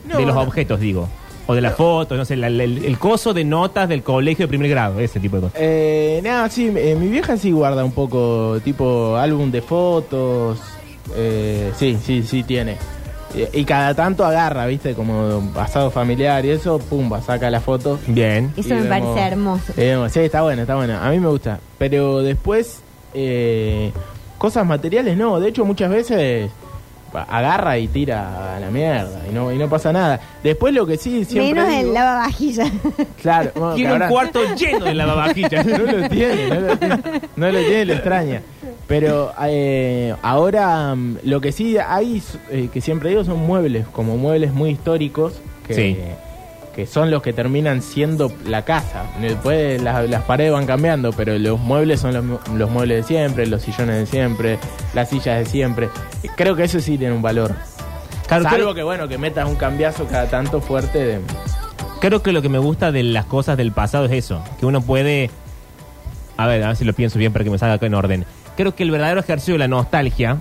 Speaker 3: No,
Speaker 2: de los
Speaker 3: no.
Speaker 2: objetos, digo. O de las fotos, no sé, la- la- el, el coso de notas del colegio de primer grado, ese tipo de cosas.
Speaker 3: Eh, nada, sí, eh, mi vieja sí guarda un poco, tipo álbum de fotos. eh, sí, sí, sí tiene. Y, y cada tanto agarra, viste, como pasado familiar y eso, pumba, saca la foto.
Speaker 2: Bien.
Speaker 1: Eso
Speaker 3: Y
Speaker 1: me
Speaker 3: vemos-
Speaker 1: parece hermoso.
Speaker 3: y vemos, sí, está bueno, está bueno. A mí me gusta. Pero después, eh, cosas materiales no. De hecho, muchas veces pa- agarra y tira a la mierda y no, y no pasa nada. Después lo que sí, siempre...
Speaker 1: Menos
Speaker 3: digo-
Speaker 1: el lavavajillas.
Speaker 3: Claro, bueno,
Speaker 2: Tiene
Speaker 3: que
Speaker 2: un
Speaker 3: ahora-
Speaker 2: cuarto lleno de lavavajillas.
Speaker 3: no lo tiene, no lo tiene, no lo tiene, lo extraña. Pero eh, ahora mm, lo que sí hay, s- eh, que siempre digo, son muebles, como muebles muy históricos, que,
Speaker 2: Sí.
Speaker 3: que son los que terminan siendo la casa. Después las, las paredes van cambiando, pero los muebles son los, mu- los muebles de siempre, los sillones de siempre, las sillas de siempre. Creo que eso sí tiene un valor.
Speaker 2: Claro,
Speaker 3: Salvo
Speaker 2: creo-
Speaker 3: que bueno, que metas un cambiazo cada tanto fuerte de...
Speaker 2: Creo que lo que me gusta de las cosas del pasado es eso, que uno puede... A ver, a ver si lo pienso bien para que me salga acá en orden. Creo que el verdadero ejercicio de la nostalgia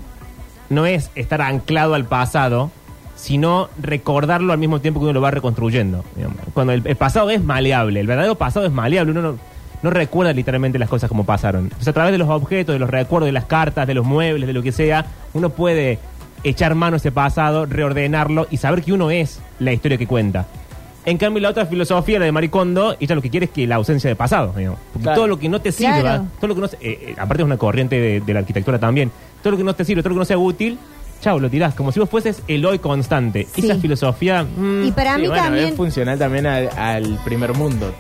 Speaker 2: no es estar anclado al pasado, sino recordarlo al mismo tiempo que uno lo va reconstruyendo. digamos. Cuando el, el pasado es maleable, el verdadero pasado es maleable, uno no, no recuerda literalmente las cosas como pasaron. Entonces a través de los objetos, de los recuerdos, de las cartas, de los muebles, de lo que sea, uno puede echar mano a ese pasado, reordenarlo y saber que uno es la historia que cuenta. En cambio, la otra filosofía, la de Maricondo, ella lo que quiere es que la ausencia de pasado. digamos. Porque
Speaker 3: Claro.
Speaker 2: todo lo que no te sirva,
Speaker 1: Claro.
Speaker 2: todo lo que no se- eh, eh, aparte es una corriente de, de la arquitectura también, todo lo que no te sirve, todo lo que no sea útil, chao, lo tirás, como si vos fueses el hoy constante.
Speaker 1: Sí.
Speaker 2: Esa filosofía... mm,
Speaker 1: Y para
Speaker 3: Sí,
Speaker 1: mí
Speaker 3: bueno,
Speaker 1: también...
Speaker 3: es funcional también al, al primer mundo.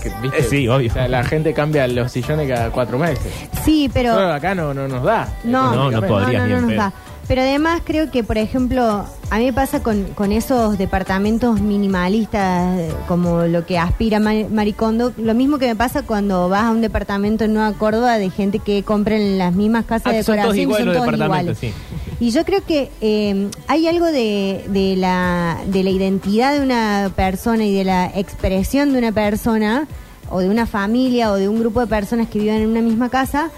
Speaker 3: que, ¿viste?
Speaker 2: Eh, sí, obvio.
Speaker 3: O sea, la gente cambia los sillones cada cuatro meses.
Speaker 1: Sí, pero...
Speaker 3: Solo acá no, no nos da.
Speaker 1: Ah, No,
Speaker 2: No, no podrías ni en
Speaker 1: nos
Speaker 2: pedo.
Speaker 1: da. Pero además creo que, por ejemplo, a mí me pasa con, con esos departamentos minimalistas, eh, como lo que aspira Ma- Maricondo, lo mismo que me pasa cuando vas a un departamento en Nueva Córdoba de gente que compra en las mismas
Speaker 2: Ah,
Speaker 1: casas de
Speaker 2: son todos
Speaker 1: decoración, y
Speaker 2: iguales
Speaker 1: son
Speaker 2: los
Speaker 1: todos iguales.
Speaker 2: departamentos,
Speaker 1: Y yo creo que eh, hay algo de, de la, de la identidad de una persona y de la expresión de una persona o de una familia o de un grupo de personas que viven en una misma casa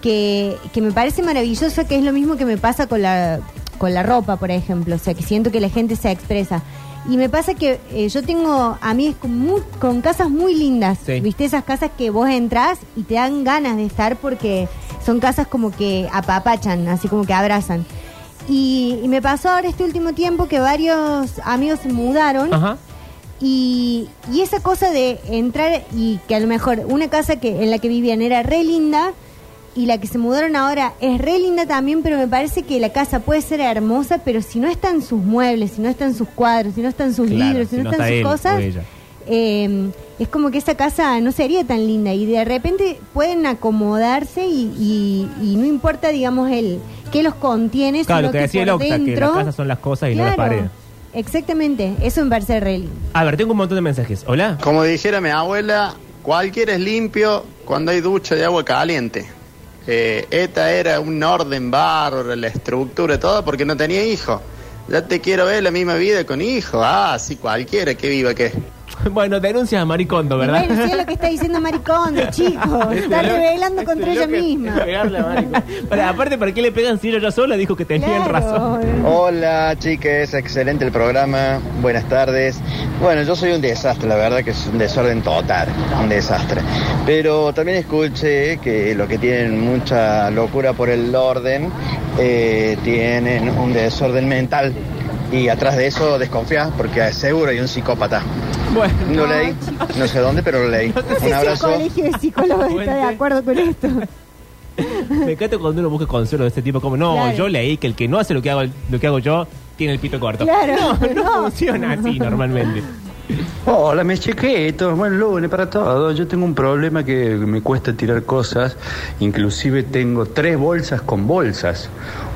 Speaker 1: que, que me parece maravilloso, que es lo mismo que me pasa con la, con la ropa, por ejemplo. O sea, que siento que la gente se expresa. Y me pasa que eh, yo tengo amigas con, muy- con casas muy lindas,
Speaker 2: Sí.
Speaker 1: ¿viste? Esas casas que vos entrás y te dan ganas de estar porque son casas como que apapachan, así como que abrazan. Y, y me pasó ahora este último tiempo que varios amigos se mudaron.
Speaker 2: sí. Ajá.
Speaker 1: Y, y esa cosa de entrar y que a lo mejor una casa que en la que vivían era re linda y la que se mudaron ahora es re linda también, pero me parece que la casa puede ser hermosa, pero si no están sus muebles, si no están sus cuadros, si no están sus
Speaker 2: Claro,
Speaker 1: libros, si,
Speaker 2: si
Speaker 1: no,
Speaker 2: no
Speaker 1: están
Speaker 2: está
Speaker 1: sus
Speaker 2: él o
Speaker 1: cosas,
Speaker 2: ella.
Speaker 1: eh, es como que esa casa no sería tan linda y de repente pueden acomodarse y, y- y no importa, digamos, el que los contiene, sino
Speaker 2: Claro, lo que decía el
Speaker 1: por
Speaker 2: Octa, que
Speaker 1: dentro-
Speaker 2: las casas son las cosas y no las
Speaker 1: Claro,
Speaker 2: paredes.
Speaker 1: Exactamente, eso me parece re lindo.
Speaker 2: A ver, tengo un montón de mensajes. Hola.
Speaker 7: Como dijera mi abuela, cualquiera es limpio cuando hay ducha de agua caliente. Eh, esta era un orden bárbaro, la estructura, todo, porque no tenía hijo. Ya te quiero ver la misma vida con hijo. Ah, sí, cualquiera que viva que.
Speaker 2: Bueno, denuncias a Maricondo, ¿verdad? Este,
Speaker 1: Bueno, sí es lo que está diciendo Maricondo, chico. Está revelando contra ella misma.
Speaker 2: Para, aparte, ¿para qué le pegan si ella ya sola dijo que tenían
Speaker 1: Claro.
Speaker 2: razón?
Speaker 8: Hola chiques, excelente el programa, buenas tardes. Bueno, yo soy un desastre, la verdad que es un desorden total, un desastre. Pero también escuché que lo que tienen mucha locura por el orden, eh, tienen un desorden mental. Y atrás de eso desconfías porque seguro hay un psicópata.
Speaker 2: Bueno.
Speaker 8: Lo leí, no sé dónde, pero lo leí.
Speaker 1: No
Speaker 8: Un
Speaker 1: sé si el
Speaker 8: abrazo.
Speaker 1: colegio de psicólogos está de acuerdo con esto.
Speaker 2: Me encanta cuando uno busca consuelo de este tipo, como, no,
Speaker 1: Claro.
Speaker 2: yo leí que el que no hace lo que hago, lo que hago yo, tiene el pito corto.
Speaker 1: Claro.
Speaker 2: No, no,
Speaker 1: No.
Speaker 2: funciona así normalmente.
Speaker 9: Hola, mis chiquitos, buen lunes para todos. Yo tengo un problema que me cuesta tirar cosas. Inclusive tengo tres bolsas con bolsas.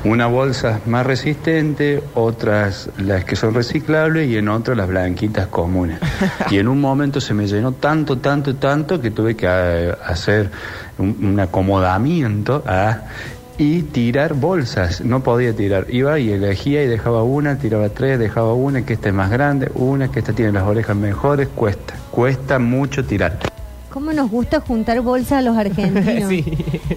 Speaker 9: Una bolsa más resistente, otras las que son reciclables y en otras las blanquitas comunes. Y en un momento se me llenó tanto, tanto, tanto que tuve que eh, hacer un, un acomodamiento ah, y tirar bolsas. No podía tirar. Iba y elegía y dejaba una, tiraba tres, dejaba una, que esta es más grande, una, que esta tiene las orejas mejores. Cuesta, cuesta mucho tirar.
Speaker 1: ¿Cómo nos gusta juntar bolsas a los argentinos?
Speaker 2: Sí.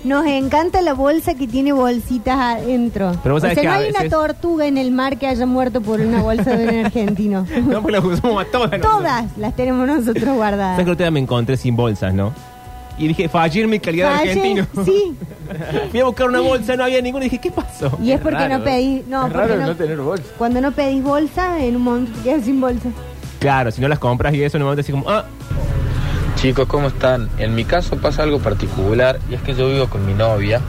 Speaker 1: Nos encanta la bolsa que tiene bolsitas adentro.
Speaker 2: Pero vos sabés
Speaker 1: o sea,
Speaker 2: que
Speaker 1: no
Speaker 2: a
Speaker 1: hay una
Speaker 2: veces-
Speaker 1: tortuga en el mar que haya muerto por una bolsa de un argentino.
Speaker 2: No, pues las usamos a todas. nosotros.
Speaker 1: Todas las tenemos nosotros guardadas.
Speaker 2: ¿Sabes que el otro día me encontré sin bolsas, no? Y dije, fallé en mi calidad de
Speaker 1: Falle-
Speaker 2: argentino.
Speaker 1: Sí,
Speaker 2: Fui a buscar una bolsa, no había ninguna. Y dije, ¿qué pasó?
Speaker 1: y es porque no pedís. No,
Speaker 3: es
Speaker 1: porque
Speaker 3: raro
Speaker 1: no-
Speaker 3: no tener bolsa.
Speaker 1: cuando no pedís bolsa, en un momento te quedas sin bolsa.
Speaker 2: Claro, si no las compras y eso, normalmente así como, ah,
Speaker 10: Chicos, ¿cómo están? En mi caso pasa algo particular y es que yo vivo con mi novia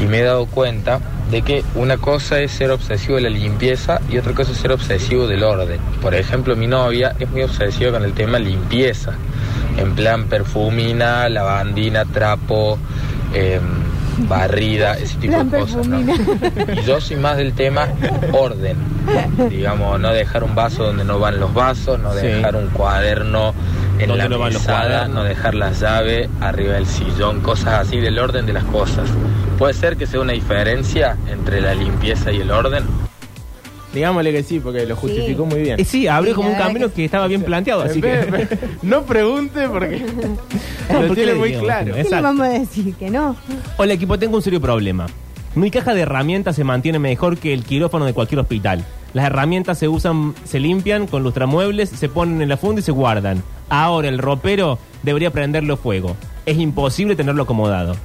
Speaker 10: y me he dado cuenta de que una cosa es ser obsesivo de la limpieza y otra cosa es ser obsesivo del orden. Por ejemplo, mi novia es muy obsesiva con el tema limpieza, en plan perfumina, lavandina, trapo, em, barrida, ese tipo
Speaker 1: Plan
Speaker 10: de cosas. ¿no? Y yo soy más del tema orden. Digamos, no dejar un vaso donde no van los vasos, no
Speaker 2: Sí.
Speaker 10: dejar un cuaderno en
Speaker 2: ¿Dónde
Speaker 10: la
Speaker 2: no van los
Speaker 10: mesada,
Speaker 2: cuadernos?
Speaker 10: no dejar la llave arriba del sillón, cosas así del orden de las cosas. ¿Puede ser que sea una diferencia entre la limpieza y el orden?
Speaker 3: Digámosle que sí, porque lo justificó muy bien.
Speaker 2: eh, sí, abrió
Speaker 1: Sí,
Speaker 2: como
Speaker 1: la
Speaker 2: un
Speaker 1: verdad
Speaker 2: camino
Speaker 1: que
Speaker 2: que, estaba bien planteado, así que.
Speaker 3: Ve, ve, No pregunte porque
Speaker 2: ¿Por
Speaker 3: lo
Speaker 2: qué
Speaker 3: tiene
Speaker 2: le
Speaker 3: muy
Speaker 2: digo?
Speaker 3: claro.
Speaker 1: ¿Qué le
Speaker 2: Exacto.
Speaker 1: vamos a decir? Que no.
Speaker 2: Hola equipo, tengo un serio problema. Mi caja de herramientas se mantiene mejor que el quirófano de cualquier hospital. Las herramientas se usan, se limpian con lustramuebles, se ponen en la funda y se guardan. Ahora el ropero debería prenderlo fuego. Es imposible tenerlo acomodado.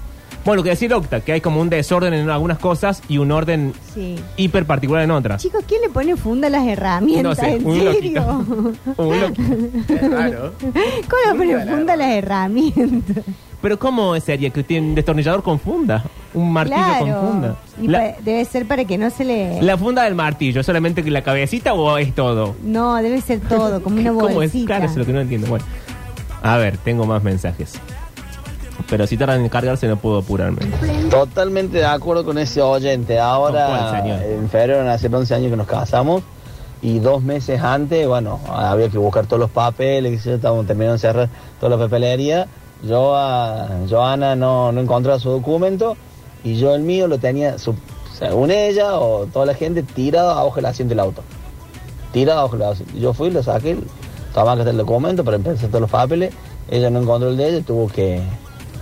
Speaker 2: Bueno, lo que decía el Octa, que hay como un desorden en algunas cosas y un orden
Speaker 1: Sí.
Speaker 2: hiper particular en otras.
Speaker 1: Chicos, ¿quién le pone funda a las herramientas?
Speaker 2: No sé,
Speaker 1: ¿En
Speaker 2: un
Speaker 1: serio?
Speaker 2: Un loquito.
Speaker 3: Es raro.
Speaker 1: ¿Cómo le pone funda a las herramientas?
Speaker 2: Pero ¿cómo sería que tiene un destornillador con funda? Un martillo
Speaker 1: claro.
Speaker 2: con funda.
Speaker 1: Y pues, eh.
Speaker 2: La-
Speaker 1: pa- debe ser para que no se le.
Speaker 2: ¿La funda del martillo solamente que la cabecita o es todo?
Speaker 1: No, debe ser todo, como una
Speaker 2: ¿Cómo es?
Speaker 1: bolsita.
Speaker 2: Claro, eso es lo que no entiendo. Bueno, a ver, tengo más mensajes. Pero si tardan en cargarse no puedo apurarme.
Speaker 8: Totalmente de acuerdo con ese oyente.
Speaker 2: ¿Con
Speaker 8: Ahora,
Speaker 2: cuál, señor?
Speaker 8: en febrero, hace 11 años que nos casamos, y dos meses antes, bueno, había que buscar todos los papeles, qué sé yo, estábamos terminando de cerrar toda la papelería. Yo a Joana no, no encontraba su documento, y yo el mío lo tenía, su- según ella o toda la gente, tirado abajo del asiento del auto. Tirado abajo del asiento. Yo fui, lo saqué, tomaba que está el documento para empezar todos los papeles. Ella no encontró el de ella, tuvo que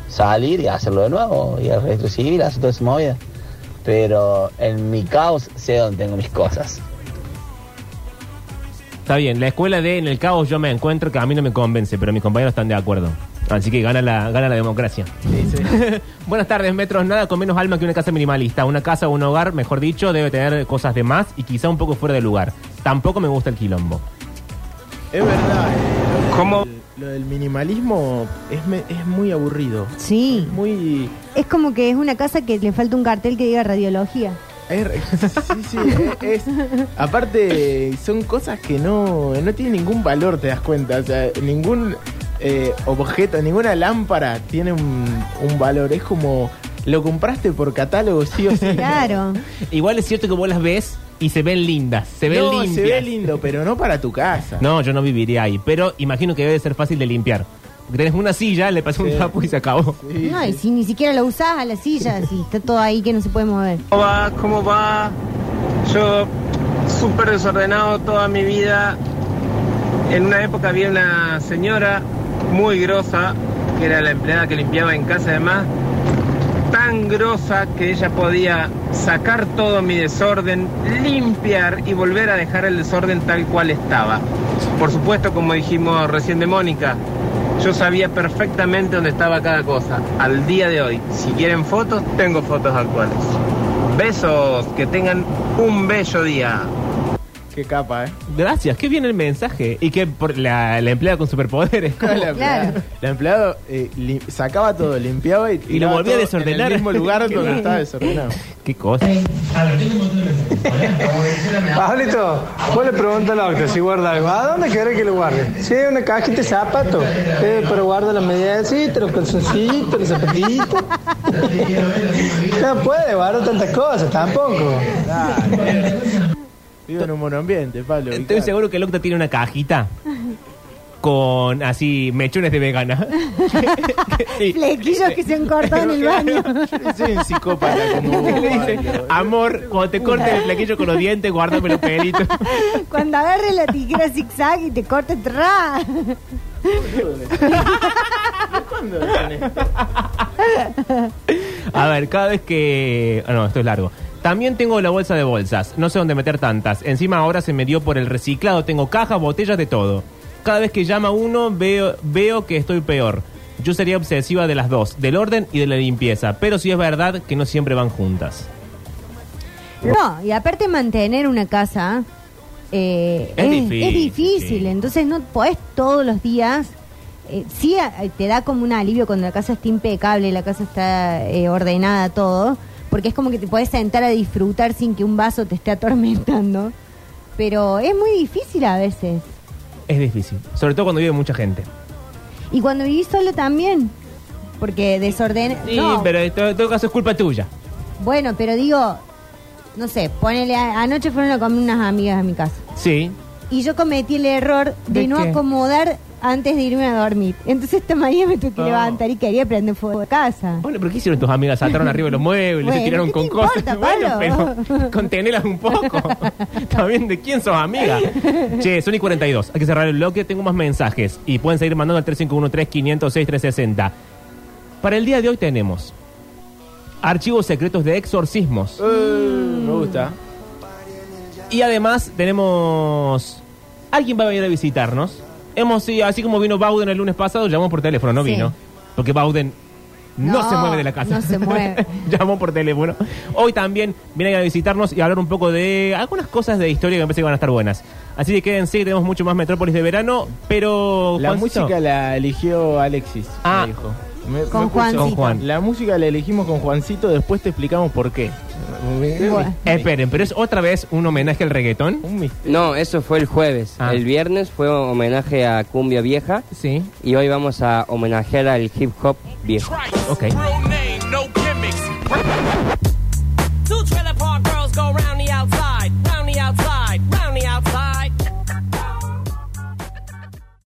Speaker 8: salir y hacerlo de nuevo, y al registro civil, hacer toda esa movida. Pero en mi caos sé dónde tengo mis cosas.
Speaker 2: Está bien, la escuela de En el Caos yo me encuentro que a mí no me convence, pero mis compañeros están de acuerdo. Así que gana la, gana la democracia. Buenas tardes, metros. Nada con menos alma que una casa minimalista. Una casa o un hogar, mejor dicho, debe tener cosas de más y quizá un poco fuera de lugar. Tampoco me gusta el quilombo.
Speaker 3: Es verdad. eh, lo-
Speaker 10: ¿Cómo?
Speaker 3: Lo del minimalismo es, me- es muy aburrido.
Speaker 1: Sí.
Speaker 3: Muy.
Speaker 1: Es como que es una casa que le falta un cartel que diga radiología.
Speaker 3: es re- sí, sí, es, es- aparte, son cosas que no, no tienen ningún valor, te das cuenta. O sea, ningún eh, objeto, ninguna lámpara tiene un, un valor. Es como. Lo compraste por catálogo, sí o sí.
Speaker 1: Claro.
Speaker 2: Igual es cierto que vos las ves y se ven lindas. Se ven
Speaker 3: No,
Speaker 2: limpias.
Speaker 3: se ve lindo, pero no para tu casa.
Speaker 2: No, yo no viviría ahí, pero imagino que debe ser fácil de limpiar. Porque tenés una silla, le pasas
Speaker 3: Sí.
Speaker 2: un trapo y se acabó.
Speaker 3: Sí,
Speaker 1: No, y si ni siquiera lo usás a la silla, si está todo ahí que no se puede mover.
Speaker 9: ¿Cómo va? ¿Cómo va? Yo súper desordenado toda mi vida.
Speaker 11: En una época había una señora muy grosa, que era la empleada que limpiaba en casa además, tan grosa que ella podía sacar todo mi desorden, limpiar y volver a dejar el desorden tal cual estaba. Por supuesto, como dijimos recién de Mónica, yo sabía perfectamente dónde estaba cada cosa. Al día de hoy, si quieren fotos, tengo fotos actuales. Besos, que tengan un bello día.
Speaker 3: Qué capa, ¿eh?
Speaker 2: Gracias, qué bien el mensaje. Y que por la, la empleada con superpoderes. ¿cómo?
Speaker 3: La empleada, la empleada, eh, li- sacaba todo, limpiaba y,
Speaker 2: Y lo
Speaker 3: tiraba
Speaker 2: volvía a
Speaker 3: todo
Speaker 2: desordenar.
Speaker 3: En el mismo lugar
Speaker 2: Qué
Speaker 3: donde
Speaker 2: mal.
Speaker 3: estaba desordenado.
Speaker 2: Qué cosa.
Speaker 12: Pablito, Ah, vos le preguntas al doctor si guarda algo. ¿A dónde querés que lo guarde? Sí, una cajita de zapatos. Eh, pero guarda las mediecitas, los calzoncitos, los zapatitos. No puede guardar tantas cosas tampoco.
Speaker 3: Vivo en un monoambiente, Pablo.
Speaker 2: Estoy
Speaker 3: ubicate.
Speaker 2: seguro que el Octa tiene una cajita con así mechones de vegana. Sí.
Speaker 1: Flequillos que se han cortado en el baño.
Speaker 3: Soy un psicópata como
Speaker 2: Le dice, amor, cuando te cortes el flequillo con los dientes, guárdame los pelitos.
Speaker 1: Cuando agarres la tijera zigzag y te cortes, tra.
Speaker 2: A ver, cada vez que... Ah, no, esto es largo. También tengo la bolsa de bolsas. No sé dónde meter tantas. Encima ahora se me dio por el reciclado. Tengo cajas, botellas, de todo. Cada vez que llama uno, veo, veo que estoy peor. Yo sería obsesiva de las dos, del orden y de la limpieza. Pero sí es verdad que no siempre van juntas.
Speaker 1: No, y aparte mantener una casa eh,
Speaker 2: Es difícil,
Speaker 1: difícil,
Speaker 2: sí.
Speaker 1: entonces no podés todos los días. eh, sí, eh, te da como un alivio cuando la casa está impecable, la casa está eh, ordenada, todo, porque es como que te podés sentar a disfrutar sin que un vaso te esté atormentando. Pero es muy difícil a veces.
Speaker 2: Es difícil. Sobre todo cuando vive mucha gente.
Speaker 1: Y cuando vivís solo también, porque desorden...
Speaker 2: Sí,
Speaker 1: no,
Speaker 2: pero en todo, en todo caso es culpa tuya.
Speaker 1: Bueno, pero digo, no sé, ponele... a- Anoche fueron a comer unas amigas a mi casa.
Speaker 2: Sí.
Speaker 1: Y yo cometí el error de,
Speaker 2: ¿De
Speaker 1: no
Speaker 2: qué?
Speaker 1: acomodar antes de irme a dormir. Entonces esta mañana me tuve que
Speaker 2: Oh.
Speaker 1: levantar y quería prender fuego de casa.
Speaker 2: Bueno, pero ¿qué hicieron tus amigas? Saltaron arriba de los muebles,
Speaker 1: Bueno,
Speaker 2: se tiraron
Speaker 1: ¿qué
Speaker 2: con
Speaker 1: te
Speaker 2: cosas.
Speaker 1: importa,
Speaker 2: bueno,
Speaker 1: Pablo?
Speaker 2: pero contenelas un poco. También, ¿de quién sos amiga? Che, Sony 42. Hay que cerrar el bloque. Tengo más mensajes. Y pueden seguir mandando al 351-3506-360. Para el día de hoy tenemos archivos secretos de exorcismos.
Speaker 3: Eh, me gusta.
Speaker 2: Y además tenemos... Alguien va a venir a visitarnos. Hemos sí, así como vino Bauden el lunes pasado, llamó por teléfono, no
Speaker 1: Sí.
Speaker 2: vino. Porque Bauden no,
Speaker 1: No,
Speaker 2: se mueve de la casa.
Speaker 1: no se mueve.
Speaker 2: llamó por teléfono. Hoy también vienen a visitarnos y a hablar un poco de algunas cosas de historia que me parece que van a estar buenas. Así que quédense, que tenemos mucho más Metrópolis de verano, pero...
Speaker 3: La
Speaker 2: Juancito,
Speaker 3: música la eligió Alexis. me
Speaker 2: Ah.
Speaker 3: dijo. Me-
Speaker 1: Con
Speaker 3: me puso-
Speaker 1: Juancito.
Speaker 2: Con Juan.
Speaker 3: La música la elegimos con Juancito, después te explicamos por qué.
Speaker 1: Bueno.
Speaker 2: Esperen, pero es otra vez un homenaje al reggaetón.
Speaker 3: Un misterio.
Speaker 4: No, eso fue el jueves.
Speaker 2: Ah.
Speaker 4: El viernes fue homenaje a Cumbia Vieja
Speaker 2: Sí.
Speaker 4: y hoy vamos a homenajear al hip hop viejo.
Speaker 2: Ok.